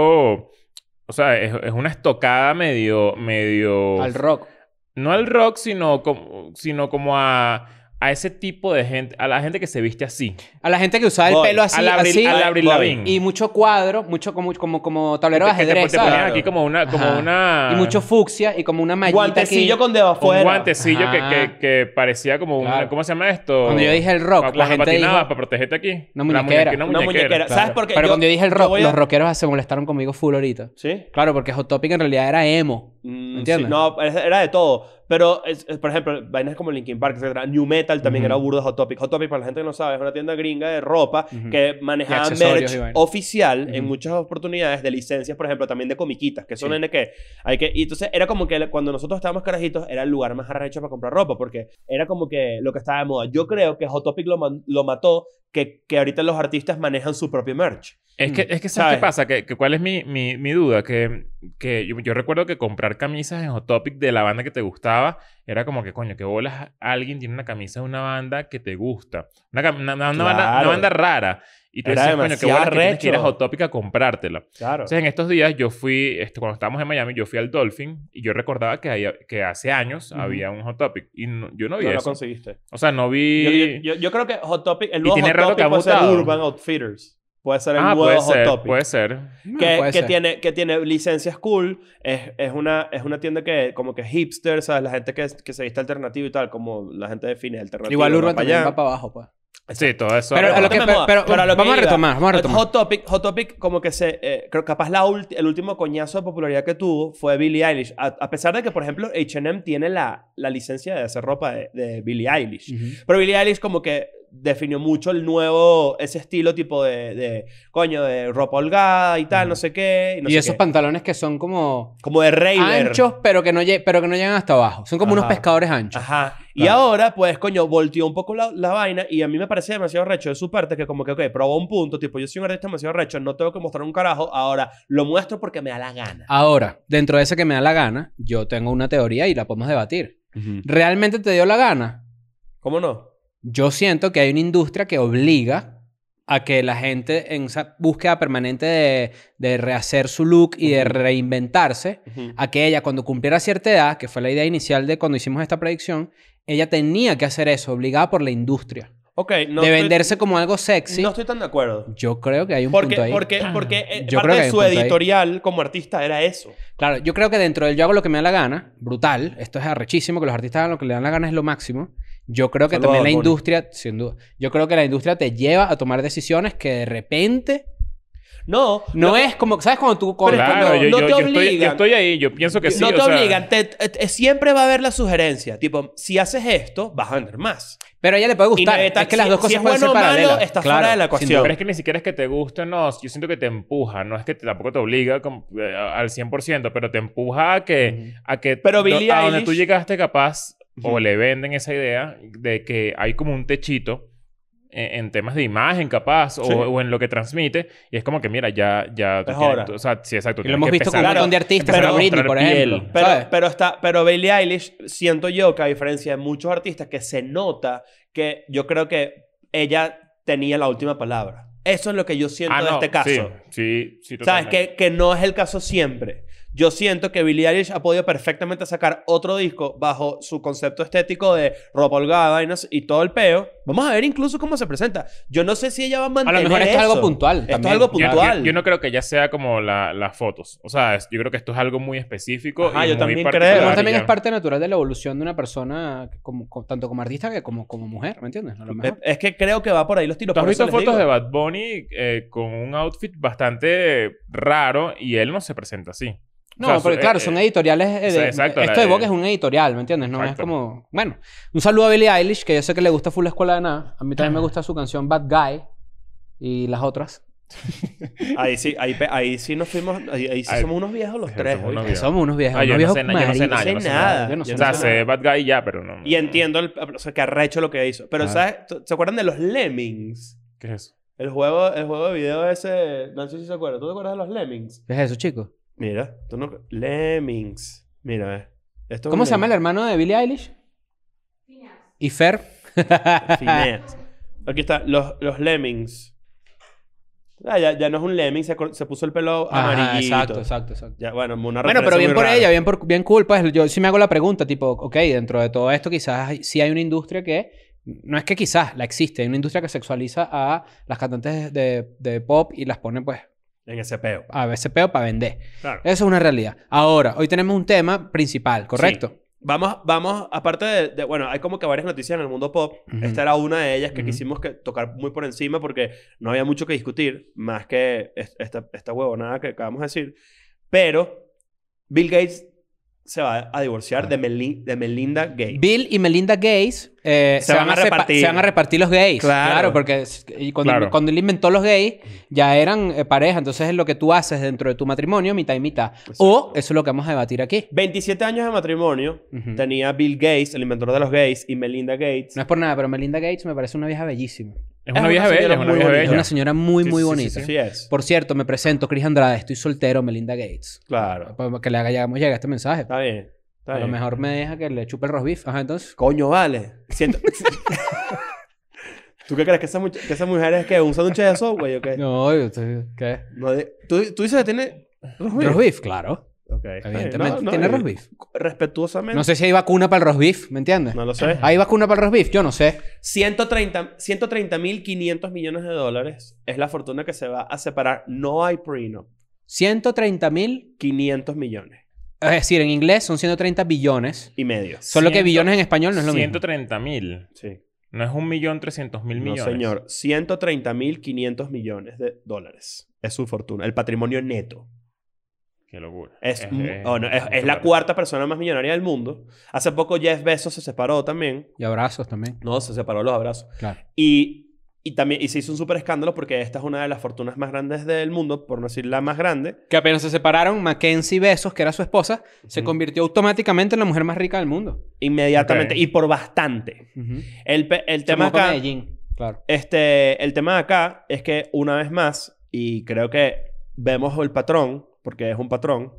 S2: O sea, es, es una estocada medio... medio
S4: Al rock.
S2: no al rock, sino como, sino como a, a ese tipo de gente, a la gente que se viste así.
S4: A la gente que usaba el
S3: Voy.
S4: pelo así,
S2: a la Abril,
S4: así,
S2: a la Abril
S3: voy.
S2: Lavigne.
S4: y mucho cuadro, mucho como, como, como tablero de
S2: Que te-
S4: ajedrez,
S2: te
S4: ¿sabes?
S2: ponían aquí como una, como
S4: Ajá.
S2: una
S4: Y mucho fucsia y como una mallita
S3: Guantecillo
S4: aquí.
S3: con dedo afuera.
S2: un guantecillo que,
S4: Ajá.
S2: que- que parecía como un
S4: Claro.
S2: ¿cómo se llama esto?
S4: Cuando yo dije el rock,
S2: Pa-
S4: la
S2: cuando
S4: gente
S2: patinabas
S4: dijo-
S2: para protegerte aquí.
S4: Una
S2: La
S4: muñequera.
S2: Una
S3: Una
S2: muñequera.
S3: muñequera. ¿Sabes por qué?
S4: Pero
S3: Yo-
S4: cuando yo dije el
S3: yo
S4: rock,
S3: voy a-
S4: los rockeros se molestaron conmigo full ahorita.
S3: ¿Sí?
S4: Claro, porque Hot Topic en realidad era emo.
S3: Mm, sí,
S4: ¿Entiendes?
S3: no, es- era de todo. Pero, es- es, por ejemplo, vainas como Linkin Park, etcétera. New Metal también
S4: Ujú.
S3: era burdo de Hot Topic. Hot Topic, para la gente que no sabe, es una tienda gringa de ropa
S4: Ujú.
S3: que
S4: Y
S3: manejaba
S4: accesorios
S3: merch
S4: y vainas.
S3: oficial en
S4: Ujú.
S3: muchas oportunidades de licencias, por ejemplo, también de comiquitas, que son
S4: Sí.
S3: en que hay que... Y entonces era como que cuando nosotros estábamos carajitos era el lugar más arrecho para comprar ropa porque era como que lo que estaba de moda. Yo creo que Hot Topic lo, man- lo mató, que, que ahorita los artistas manejan su propio merch.
S2: Es que,
S4: Mm.
S2: es que ¿sabes,
S3: ¿Sabes?
S2: qué pasa? Que, que ¿Cuál es mi, mi, mi duda? Que, que yo, yo recuerdo que comprar camisas en Hot Topic de la banda que te gustaba era como que, coño, que bolas, alguien tiene una camisa de una banda que te gusta. Una, cam- una, una- una banda, una
S3: Claro.
S2: banda rara. Y tú
S3: Era
S2: dices, coño, qué
S3: demasiado
S2: bolas que tienes que ir a
S3: arrecho.
S2: Hot Topic a comprártela.
S3: Claro.
S2: Entonces, en estos días yo fui, este, cuando estábamos en Miami, yo fui al Dolphin y yo recordaba que, ahí- que hace años
S4: Ujú.
S2: había un Hot Topic. Y no- yo no vi
S3: No lo
S2: eso.
S3: conseguiste.
S2: o sea, no vi...
S3: Yo, yo- yo- yo creo que Hot Topic, el
S2: Y
S3: nuevo
S2: tiene
S3: Hot
S2: rato
S3: Topic
S2: que ha
S3: puede ser
S2: mutado.
S3: Urban Outfitters. Puede ser el
S2: ah,
S3: nuevo
S2: puede
S3: Hot
S2: ser,
S3: Topic.
S2: puede ser.
S3: que,
S4: Puede
S3: que
S4: ser.
S3: tiene, que tiene licencias cool. Es, es, una, es una tienda que como que hipster, ¿sabes? La gente que, que se viste alternativo y tal, como la gente define alternativo.
S4: Igual
S3: va
S4: Urban
S3: pa'
S4: también
S3: allá.
S4: va para abajo, pues.
S2: Sí, todo eso.
S4: Pero a lo
S3: Ahorita
S4: que-
S3: me
S4: pero-
S3: moda.
S4: pero vamos a
S3: que iba.
S4: retomar, vamos a retomar.
S3: Hot Topic, Hot Topic como que se... eh, creo que capaz la ulti- el último coñazo de popularidad que tuvo fue Billie Eilish. A, a pesar de que, por ejemplo, H&M tiene la, la licencia de hacer ropa de, de Billie Eilish. Pero Billie Eilish como que definió mucho el nuevo... Ese estilo tipo de... de, coño, de ropa holgada y tal, no sé qué. Y, no
S4: y
S3: sé
S4: esos
S3: qué.
S4: pantalones que son como
S3: Como de raver.
S4: anchos, pero que, no lle- pero que no llegan hasta abajo. Son como unos
S3: Ajá.
S4: pescadores anchos.
S3: Ajá. Y
S4: Claro.
S3: ahora, pues, coño, volteó un poco la, la vaina y a mí me parece demasiado recho de su parte que como que, ok, probó un punto, tipo, yo soy un artista demasiado recho, no tengo que mostrar un carajo, ahora lo muestro porque me da la gana.
S4: Ahora, dentro de ese que me da la gana, yo tengo una teoría y la podemos debatir. ¿Realmente te dio la gana?
S3: ¿Cómo no?
S4: Yo siento que hay una industria que obliga a que la gente en esa búsqueda permanente de, de rehacer su look y de
S3: Ujú.
S4: reinventarse, a que ella cuando cumpliera cierta edad, que fue la idea inicial de cuando hicimos esta predicción, ella tenía que hacer eso, obligada por la industria.
S3: Ok, no
S4: de
S3: estoy-
S4: venderse como algo sexy.
S3: No estoy tan de acuerdo.
S4: Yo creo que hay un
S3: Porque,
S4: punto ahí.
S3: porque, porque eh, parte
S4: Yo creo que
S3: de
S4: hay
S3: su
S4: un punto ahí.
S3: editorial como artista era eso.
S4: Claro, yo creo que dentro del yo hago lo que me da la gana, brutal, esto es arrechísimo, que los artistas hagan lo que le dan la gana es lo máximo. Yo creo que
S3: Saludos
S4: también
S3: a
S4: la
S3: Bad Bunny.
S4: industria, sin duda, yo creo que la industria te lleva a tomar decisiones que de repente
S3: No,
S4: no
S3: lo que-
S4: es como, ¿sabes? Cuando tú... cuando-
S2: Claro,
S3: cuando
S2: yo,
S3: no
S2: yo-
S3: te
S2: yo estoy, yo
S3: obligan.
S2: estoy ahí. Yo pienso que sí.
S3: no
S2: o
S3: te
S2: sea,
S3: obligan. te- te- te- siempre va a haber la sugerencia. Tipo, si haces esto, vas a ganar más.
S4: Pero a ella le puede
S3: Y
S4: gustar.
S3: no está-
S4: es que las
S3: si-
S4: dos
S3: si
S4: cosas
S3: es
S4: pueden
S3: bueno o
S4: ser
S3: malo,
S4: paralelas.
S3: está fuera de la
S4: sin
S3: ecuación.
S2: Pero
S4: duda.
S2: pues, es que ni siquiera es que te guste, no. Yo siento que te empuja. No es que te- tampoco te obliga como, eh, al 100%, pero te empuja a que... A, que
S3: Pero
S2: do-
S3: Billie
S2: a donde tú
S3: Eilish-
S2: llegaste capaz, o
S3: Ujú.
S2: le venden esa idea de que hay como un techito en, en temas de imagen capaz, o,
S3: Sí.
S2: o en lo que transmite. Y es como que, mira, ya... ya tú
S3: Es
S2: tienes-
S3: hora.
S2: tú- o sea, sí, exacto.
S4: Y lo
S2: tienes
S4: hemos
S2: que
S4: visto con un
S2: empezar-
S4: montón de artistas,
S2: empezar
S4: pero
S2: a
S4: Britney, por
S2: mostrar
S4: ejemplo.
S2: piel.
S3: Pero,
S4: ¿sabes?
S3: pero, está, pero Bailey Eilish, siento yo que a diferencia de muchos artistas, que se nota que yo creo que ella tenía la última palabra. Eso es lo que yo siento
S2: Ah,
S3: de
S2: no,
S3: este caso.
S2: Sí, sí, sí
S3: ¿Sabes?
S2: totalmente.
S3: Que, que no es el caso siempre. Yo siento que Billie Eilish ha podido perfectamente sacar otro disco bajo su concepto estético de ropa holgada y, no sé- y todo el peo. Vamos a ver incluso cómo se presenta. Yo no sé si ella va a
S4: a
S3: mantener
S4: lo mejor esto es
S3: eso.
S4: algo puntual.
S3: Esto es
S4: también.
S3: algo
S2: Yo- yo-
S3: puntual.
S2: Yo, no creo que ya sea como la- las fotos. O sea, es- yo creo que esto es algo muy específico.
S3: Ajá,
S2: y
S3: yo
S2: muy
S3: también
S2: particular
S4: A lo
S3: creo.
S4: mejor también
S2: y
S4: es
S2: ya.
S4: parte natural de la evolución de una persona, que como, como- tanto como artista que como, como mujer, ¿me entiendes? A lo mejor.
S3: Eh, Es que creo que va por ahí los tiros.
S2: ¿Tú has
S3: por eso
S2: visto
S3: les
S2: fotos
S3: digo.
S2: de Bad Bunny eh, con un outfit bastante raro y él no se presenta así?
S4: No,
S2: O sea,
S4: porque
S2: su-
S4: claro,
S2: eh,
S4: son
S2: eh,
S4: editoriales. eh,
S2: o sea,
S4: de-
S2: exacto,
S4: esto
S2: la-
S4: de Vogue es un editorial, ¿me entiendes? No
S2: Exacto.
S4: es como. Bueno, un saludo a Billie Eilish, que yo sé que le gusta Full la Escuela de Nada. A mí también me gusta su canción Bad Guy y las otras.
S3: Ahí sí, ahí, pe- ahí sí nos fuimos. Ahí, ahí sí
S2: Ay,
S3: somos unos viejos los
S2: sí,
S3: tres.
S2: somos
S3: ¿oíste?
S2: unos
S4: Que somos unos viejos.
S2: Ah, yo
S4: unos
S2: no
S4: viejos
S2: sé na- yo no sé
S4: maricos.
S2: nada, yo
S3: no
S2: no
S3: sé
S2: sé
S3: nada.
S4: Yo no sé
S2: O
S3: nada.
S2: sea, sé Bad Guy ya, pero no.
S3: Y entiendo el, o sea, que arrecho lo que hizo. Pero,
S2: Ah.
S4: Claro.
S3: ¿sabes? ¿Tú- ¿Se acuerdan de los Lemmings?
S2: ¿Qué es eso?
S3: El juego, el juego de video ese. No sé si se acuerdan. ¿Tú te acuerdas de los Lemmings?
S4: ¿Qué es eso, chicos?
S3: Mira, tú no. Lemmings. Mira, eh. Esto es
S4: ¿Cómo
S3: un
S4: se llama el
S3: lemming.
S4: hermano de Billie Eilish? Y Fer.
S3: Phineas. Aquí está, los, los Lemmings. Ah, ya, ya no es un Lemming, se, cor- se puso el pelo
S4: Ajá,
S3: amarillito.
S4: exacto, exacto, exacto.
S3: Ya, bueno, una
S4: Bueno, pero
S3: referencia
S4: bien
S3: muy
S4: por
S3: rara.
S4: ella, bien por bien cool. Pues yo sí me hago la pregunta, tipo, ok, dentro de todo esto quizás hay- sí hay una industria que, no es que quizás la existe, hay una industria que sexualiza a las cantantes de, de pop y las pone pues
S3: En ese peo.
S4: a veces peo para vender.
S3: Claro.
S4: Eso es una realidad. Ahora, hoy tenemos un tema principal, ¿correcto?
S3: Vamos, vamos, aparte de, de- bueno, hay como que varias noticias en el mundo pop.
S4: Ujú.
S3: Esta era una de ellas que
S4: Ujú.
S3: quisimos que, tocar muy por encima porque no había mucho que discutir, más que es- esta, esta huevonada que acabamos de decir. Pero Bill Gates se va a divorciar de, Melin- de Melinda Gates.
S4: Bill y Melinda Gays eh,
S3: Se van a
S4: sepa-
S3: repartir.
S4: se van a repartir los gays.
S3: Claro.
S4: Claro, porque es- y cuando,
S2: Claro.
S4: cuando él inventó los gays ya eran eh, pareja. Entonces es lo que tú haces dentro de tu matrimonio, mitad y mitad. O eso es lo que vamos a debatir aquí.
S3: 27 años de matrimonio
S4: Ujú.
S3: tenía Bill Gates, el inventor de los gays, y Melinda Gates.
S4: No es por nada, pero Melinda Gates me parece una vieja bellísima.
S2: Es
S3: una
S2: una vieja
S3: señora
S2: bella, es una
S3: Ah, muy
S2: vieja
S3: bonita.
S4: Es una
S2: bella.
S4: señora muy,
S2: Sí,
S4: muy
S2: sí, sí,
S4: bonita.
S3: Así es.
S4: Por cierto, me presento, Cris Andrade. Estoy soltero, Melinda Gates.
S3: Claro.
S4: Para que le haga llegamos, llega este mensaje.
S3: Está bien. Ah, Está
S4: A lo
S3: bien.
S4: mejor me deja que le chupe el roast beef. Ajá, entonces.
S3: Coño, vale. Siento... ¿Tú qué crees? ¿Que esa, much- que esa mujer es que un sándwich de software güey, o qué?
S4: No, yo estoy- ¿qué?
S3: No de- ¿Tú, tú dices que tiene
S4: Roast beef, claro.
S3: Ok, está bien.
S4: Evidentemente.
S3: No, no,
S4: Tiene
S3: y-
S4: roast beef.
S3: Respetuosamente.
S4: No sé si hay vacuna para el roast beef, ¿me entiendes?
S3: No lo sé.
S4: ¿Hay vacuna para el roast beef? Yo no sé.
S3: 130 130 mil 500 millones de dólares es la fortuna que se va a separar. No hay prenup.
S4: 130 mil.
S3: 500 millones
S4: Es decir, en inglés son 130 billones.
S3: y medio.
S4: Solo que
S2: Ciento-
S4: billones en español no es lo mismo.
S2: 130 mil.
S3: Sí.
S2: No es un millón trescientos mil
S3: No,
S2: millones.
S3: señor. 130 mil 500 millones de dólares es su fortuna. El patrimonio neto.
S2: Qué locura.
S3: Es, mu- oh, no, es- es
S2: locura.
S3: la cuarta persona más millonaria del mundo. Hace poco Jeff Bezos se separó también.
S4: Y abrazos también.
S3: No, se separó los abrazos.
S4: Claro.
S3: Y, y también y se hizo un súper escándalo porque esta es una de las fortunas más grandes del mundo, por no decir la más grande.
S4: Que apenas se separaron, Mackenzie Besos, que era su esposa, se
S3: Ujú.
S4: convirtió automáticamente en la mujer más rica del mundo.
S3: Inmediatamente.
S2: Ok.
S3: Y por bastante. El, pe- el
S4: Se
S3: tema
S4: mudó para
S3: acá...
S4: Medellín, claro.
S3: Este, el tema de acá es que una vez más, y creo que vemos el patrón, porque es un patrón,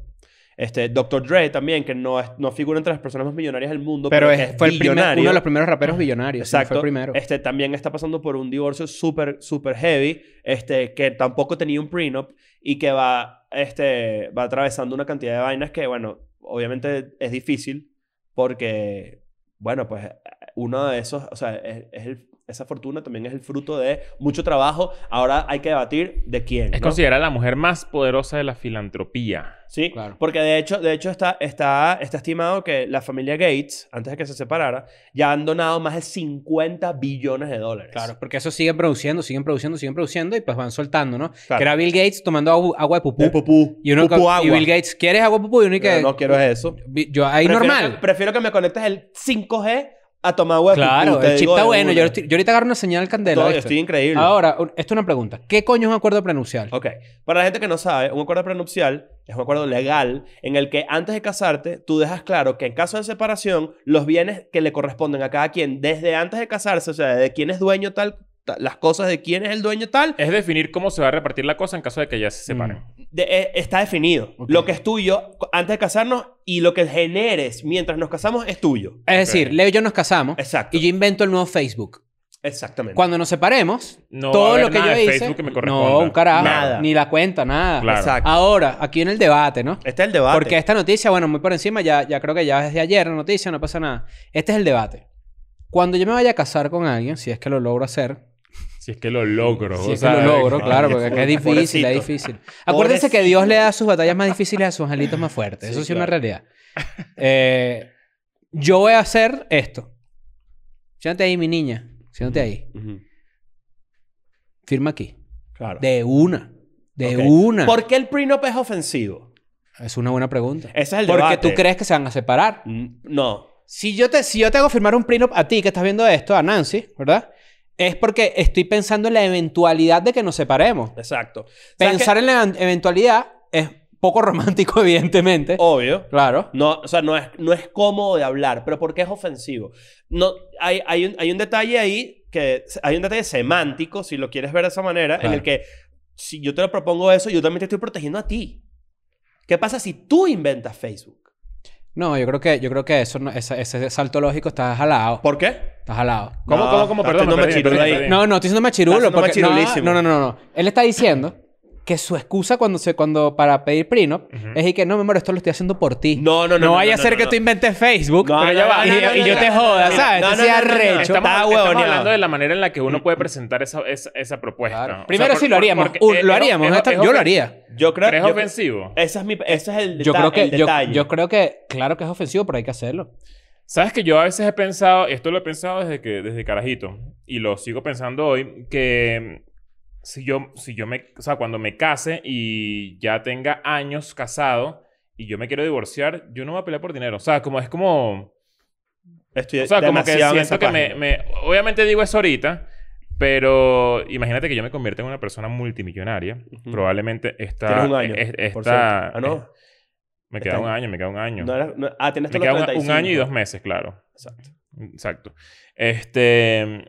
S3: este, Dr. Dre también, que no, es- no figura entre las personas más millonarias del mundo,
S4: Pero
S3: pero,
S4: es-
S3: que es
S4: fue el primer-
S3: billonario.
S4: uno de los primeros raperos billonarios. sí,
S3: Exacto.
S4: Fue el primero.
S3: Este, también está pasando por un divorcio súper, súper heavy, este, que tampoco tenía un prenup y que va, este, va atravesando una cantidad de vainas que, bueno, obviamente es difícil porque, bueno, pues uno de esos, o sea, es, es el- esa fortuna también es el fruto de mucho trabajo. Ahora hay que debatir de quién.
S2: Es
S3: ¿no?
S2: considerada la mujer más poderosa de la filantropía.
S3: Sí,
S4: Claro.
S3: porque de hecho, de hecho está, está, está estimado que la familia Gates, antes de que se separara, ya han donado más de 50 billones de dólares.
S4: Claro, porque eso siguen produciendo, siguen produciendo, siguen produciendo y pues van soltando, ¿no?
S3: Claro.
S4: Que era Bill Gates tomando agu- agua de pupú.
S3: De pupú.
S4: y uno
S3: Pupú
S4: que-
S3: agua.
S4: y Bill Gates, ¿quieres agua de pupú? Y uno y que...
S3: No, no quiero eso.
S4: Bi- Yo ahí
S3: Prefiero
S4: normal.
S3: que- prefiero que me conectes el 5G a tomar agua de
S4: claro,
S3: pupú, te
S4: el chip
S3: digo
S4: está
S3: de
S4: bueno.
S3: una.
S4: Yo, ahorita- yo ahorita agarro una señal candela.
S3: Todo-
S4: ¿viste?
S3: estoy increíble.
S4: Ahora, un- esto es una pregunta. ¿Qué coño es un acuerdo prenupcial?
S3: Ok. Para la gente que no sabe, un acuerdo prenupcial es un acuerdo legal en el que antes de casarte, tú dejas claro que en caso de separación, los bienes que le corresponden a cada quien desde antes de casarse, o sea, de quién es dueño tal, ta- las cosas de quién es el dueño tal, eh,
S2: Es definir cómo se va a repartir la cosa en caso de que ya se separen.
S4: Mm.
S3: de- eh, está definido.
S4: Ok.
S3: Lo que es tuyo cu- antes de casarnos y lo que generes mientras nos casamos es tuyo.
S4: Es decir,
S2: Ok.
S4: Leo y yo nos casamos
S3: Exacto.
S4: y yo invento el nuevo Facebook.
S3: Exactamente.
S4: Cuando nos separemos,
S2: No va a
S4: todo
S2: haber
S4: lo que
S2: nada
S4: yo
S2: de
S4: hice...
S2: Facebook que me corresponda.
S4: no, un carajo.
S3: Nada.
S4: Ni la cuenta, nada.
S2: Claro.
S3: Exacto.
S4: Ahora, aquí en el debate, ¿no?
S3: Este es el debate.
S4: Porque esta noticia, bueno, muy por encima, ya, ya creo que ya desde ayer la noticia, no pasa nada. Este es el debate. Cuando yo me vaya a casar con alguien, si es que lo logro hacer,
S2: Si es que lo logro.
S4: si
S2: o
S4: es que
S2: sea,
S4: lo logro,
S2: ay,
S4: claro, porque es que es difícil,
S3: Pobrecito.
S4: es difícil. Acuérdense que Dios le da sus batallas más difíciles a sus angelitos más fuertes.
S3: Sí,
S4: Eso sí es
S3: claro.
S4: una realidad. Eh, yo voy a hacer esto. Siéntate ahí, mi niña. Siéntate ahí.
S3: Ujú.
S4: Firma aquí.
S3: Claro.
S4: De una. De
S3: Ok.
S4: una.
S3: ¿Por qué el prenup es ofensivo?
S4: Es una buena pregunta.
S3: Ese es el
S4: Porque
S3: debate.
S4: tú crees que se van a separar.
S3: Mm, No.
S4: Si yo, te, si yo te hago firmar un prenup a ti que estás viendo esto, a Nancy, ¿verdad? Es porque estoy pensando en la eventualidad de que nos separemos.
S3: Exacto. ¿Sabes
S4: Pensar en la eventualidad es poco romántico, evidentemente.
S3: qué? Obvio.
S4: Claro.
S3: No, o sea, no es, no es cómodo de hablar, pero ¿por qué es ofensivo? No, hay, hay, un, hay un detalle ahí que hay un detalle semántico, si lo quieres ver de esa manera, en
S4: Claro.
S3: el que si yo te lo propongo eso, yo también te estoy protegiendo a ti. ¿Qué pasa si tú inventas Facebook?
S4: No, yo creo que, yo creo que eso no- ese, ese salto lógico está jalado.
S3: ¿por qué?
S4: Está jalado.
S2: ¿Cómo,
S3: No,
S2: cómo, cómo?
S3: estás
S2: Perdón, me
S3: siendo
S2: perdí,
S3: machirulo
S2: perdí,
S3: ahí.
S2: perdí.
S4: No, no, estoy siendo machirulo.
S3: Está siendo
S4: Porque, no,
S3: machirulísimo.
S4: no, no, no, no. Él está diciendo que su excusa cuando, se, cuando para pedir prenup
S2: Ujú.
S4: es y que no, mi amor, esto lo estoy haciendo por ti.
S3: No, no, no,
S4: No
S3: no,
S4: vaya a
S3: no,
S4: ser
S3: no,
S4: que
S3: no.
S4: tú inventes Facebook
S3: No,
S4: pero
S3: no,
S4: ya
S3: no,
S4: va- y,
S3: no, no,
S4: y yo
S3: no,
S4: te
S3: no,
S4: joda,
S3: no,
S4: ¿sabes?
S3: no,
S4: Entonces
S3: no,
S4: sea
S3: no, no, no,
S4: recho.
S3: no,
S2: Estamos,
S3: Está
S2: estamos
S3: huevoneado.
S2: hablando de la manera en la que uno puede presentar esa, esa, esa
S3: pues,
S2: propuesta.
S4: Claro.
S2: O sea,
S4: Primero
S2: por-
S4: sí lo
S2: por-
S4: haríamos.
S2: porque
S4: Un-
S2: es-
S4: lo
S2: es-
S4: haríamos.
S2: es-
S4: honesta-
S2: es
S4: yo lo
S2: ofen-
S4: haría.
S3: Yo creo,
S2: ¿Crees
S3: yo-
S2: ofensivo?
S3: Esa es mi, ese es el,
S4: Yo
S3: deta-
S4: creo,
S3: el
S4: que, yo,
S3: detalle.
S4: yo creo que, claro que es ofensivo, pero hay que hacerlo.
S2: ¿Sabes que yo a veces he pensado, y esto lo he pensado desde que desde carajito, y lo sigo pensando hoy, que mm, si yo, si yo me, o sea, cuando me case y ya tenga años casado y yo me quiero divorciar, yo no voy a pelear por dinero. O sea, como es como,
S3: Estoy
S2: o sea, como que
S3: demasiado en esa
S2: siento que me,
S3: página.
S2: me- obviamente digo eso ahorita, pero imagínate que yo me convierta en una persona multimillonaria.
S3: Ujú.
S2: Probablemente esta,
S3: Tienes un año,
S2: es-
S3: por
S2: esta-
S3: cierto. Ah, no.
S2: me
S3: Este
S2: queda un
S3: año.
S2: año, me queda un año.
S3: No era- no- ah, tienes
S2: Me
S3: todos los
S2: queda un,
S3: 35.
S2: un año y dos meses, claro.
S3: Exacto.
S2: Exacto. Este,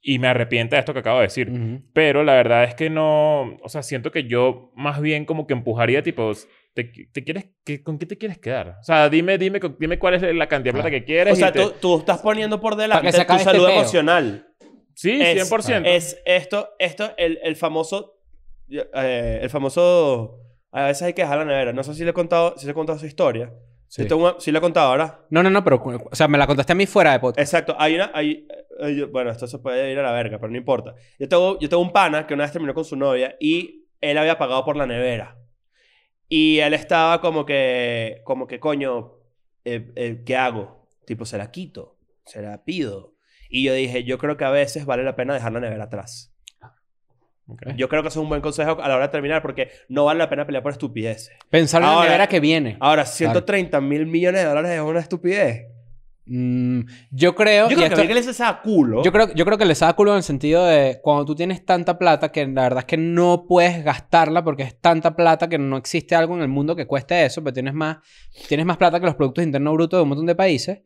S2: y me arrepiento de esto que acabo de decir.
S4: Ujú.
S2: Pero la verdad es que no, o sea, siento que yo más bien como que empujaría tipo, ¿te, te quieres, qué- ¿con qué te quieres quedar? O sea, dime, dime, con- dime cuál es la cantidad de plata que quieres.
S3: O sea,
S2: y te-
S3: tú, tú estás poniendo por delante
S4: se acabe
S3: tu
S4: este
S3: salud
S4: peo.
S3: emocional.
S2: sí,
S3: es-
S2: 100%.
S3: Es esto, esto, el, el famoso, eh, el famoso, a veces hay que dejar la nevera. No sé si le he contado, si le he contado su historia.
S4: Sí.
S3: Si, tengo una- si le he contado ahora.
S4: No, no, no, pero cu- o sea, me la contaste a mí fuera de podcast.
S3: Exacto, hay una, hay, eh, yo- bueno, esto se puede ir a la verga, pero no importa. Yo tengo, yo tengo un pana que una vez terminó con su novia y él había pagado por la nevera. Y él estaba como que, como que, coño, eh, eh, ¿qué hago? Tipo, se la quito, se la pido. Y yo dije, yo creo que a veces vale la pena dejar la nevera atrás.
S2: Ok.
S4: Eh.
S3: Yo creo que eso es un buen consejo a la hora de terminar porque no vale la pena pelear por estupideces.
S4: Pensar en la
S3: Ahora- ah.
S4: nevera que viene.
S3: Ahora, 130 mil millones de dólares es una estupidez.
S4: Mm, yo creo...
S3: Yo creo
S4: y
S3: que
S4: esto-
S3: a Miguel se saca culo.
S4: Yo creo, yo creo que les da culo en el sentido de cuando tú tienes tanta plata que la verdad es que no puedes gastarla porque es tanta plata que no existe algo en el mundo que cueste eso, pero tienes más, tienes más plata que los productos internos brutos de un montón de países.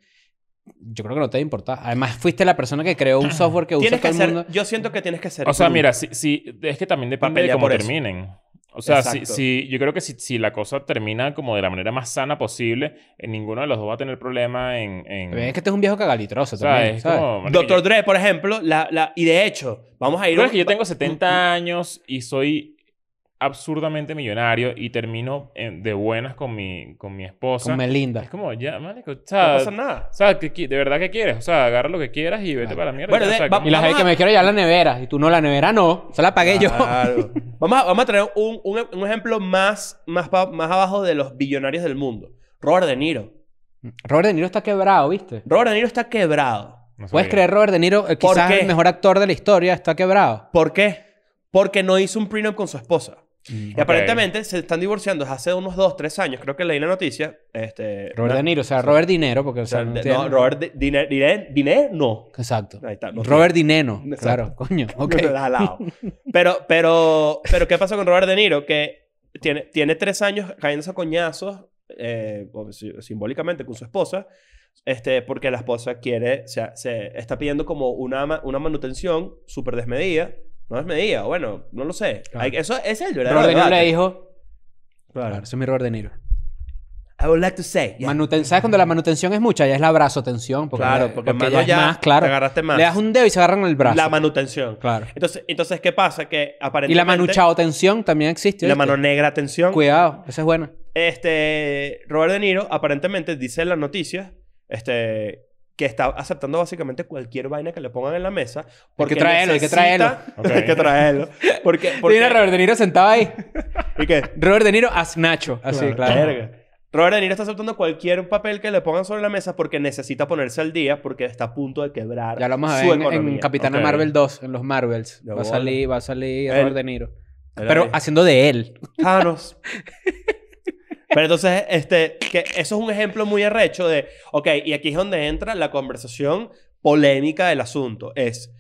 S4: Yo creo que no te importa. Además, fuiste la persona que creó un software que usa
S3: tienes
S4: todo
S3: que
S4: el
S3: ser,
S4: mundo.
S3: yo siento que tienes que ser.
S2: O sea,
S3: crudo.
S2: mira, si, si, es que también depende de
S3: pelear
S2: cómo
S3: por eso.
S2: terminen. O sea, si,
S3: Exacto.
S2: si- yo creo que si, si la cosa termina como de la manera más sana posible, eh, ninguno de los dos va a tener problema en... en-
S4: Es que este es un viejo cagalitroso
S2: o sea,
S4: también,
S2: es
S4: ¿sabes?
S2: como... marico,
S3: Doctor Dre, por ejemplo, la, la, y de hecho, vamos a ir.
S2: Yo
S3: a
S2: creo que yo tengo 70 años y soy absurdamente millonario y termino en- de buenas con mi, con mi esposa.
S4: Con
S2: Es
S4: Melinda.
S2: como, ya, marico, o
S3: No
S2: sea,
S3: pasa nada.
S2: o sea, que qui- de verdad que quieres, o sea, agarra lo que quieras y vete
S4: Claro.
S2: para la mierda.
S3: Bueno,
S2: ya,
S3: de-
S2: o sea,
S3: va-
S4: Y la
S3: Vamos
S4: gente que
S3: a-
S4: me quiere ya la nevera. Y tú no, la nevera no. Se la pagué
S2: Ah.
S4: yo.
S3: Claro. vamos, a, vamos a traer un, un- un ejemplo más, más, pa- más abajo de los billonarios del mundo. Robert De Niro.
S4: Robert De Niro está quebrado, ¿viste?
S3: Robert De Niro está quebrado.
S2: no
S4: ¿Puedes
S2: sabía.
S4: creer Robert De Niro, eh,
S3: ¿Por
S4: quizás
S3: qué?
S4: el mejor actor de la historia, está quebrado?
S3: ¿Por qué? Porque no hizo un prenup con su esposa. Y
S2: Ok.
S3: aparentemente se están divorciando desde hace unos 2, 3 años. Creo que leí la noticia. Este,
S4: Robert
S3: no,
S4: De Niro, o sea, Robert Dinero, porque o
S3: o
S4: sea,
S3: sea,
S4: no
S3: de-
S4: tiene-
S3: no, Robert De- Dine- Dine- Diné, no.
S4: Exacto.
S3: Ahí está, no tiene.
S4: Robert Dineno.
S3: Exacto.
S4: Claro, coño. ok.
S3: Al lado. Pero, pero, pero, ¿qué pasa con Robert De Niro? Que tiene, tiene tres años cayéndose a coñazos, eh, o si- simbólicamente, con su esposa, este, porque la esposa quiere, o sea, se está pidiendo como una, ma- una manutención súper desmedida. No desmedida, bueno, no lo sé.
S4: Claro.
S3: Hay- eso ese es el verdadero
S4: Robert De Niro le
S3: debate.
S4: dijo.
S3: Claro.
S4: Claro, ese es mi Robert De Niro.
S3: I would like to say. yeah.
S4: Manuten- ¿Sabes cuando la manutención es mucha? Ya es la brazo tensión. Porque
S3: claro,
S4: ya-
S3: porque, mano
S4: ya es
S3: ya
S4: más, claro.
S3: te agarraste más.
S4: Le das un dedo y se agarran el brazo.
S3: La manutención.
S4: Claro.
S3: Entonces, entonces, ¿qué pasa? Que aparentemente...
S4: Y la manuchao tensión también existe.
S3: La
S4: ¿viste?
S3: mano negra, tensión.
S4: Cuidado, esa es buena.
S3: Este, Robert De Niro aparentemente dice en las noticias este, que está aceptando básicamente cualquier vaina que le pongan en la mesa. Porque
S4: traerlo, hay que
S3: necesita-
S4: traerlo.
S2: Ok.
S3: hay que traerlo. Porque,
S4: Tiene
S3: porque-
S4: Robert De Niro sentado ahí.
S3: ¿Y qué?
S4: Robert De Niro as Nacho. Así, Ah, claro.
S3: Verga. Robert De Niro está aceptando cualquier papel que le pongan sobre la mesa porque necesita ponerse al día porque está a punto de quebrar
S4: Ya lo vamos a
S3: su
S4: ver en,
S3: economía.
S4: en Capitana
S2: Ok.
S4: Marvel 2, en los Marvels.
S3: De
S4: va, a
S3: bola.
S4: salir, va a salir
S3: Él.
S4: Robert De Niro.
S3: Era
S4: Pero
S3: bien.
S4: haciendo de él.
S3: Thanos. Pero entonces, este, que eso es un ejemplo muy arrecho de, ok, y aquí es donde entra la conversación polémica del asunto. Es,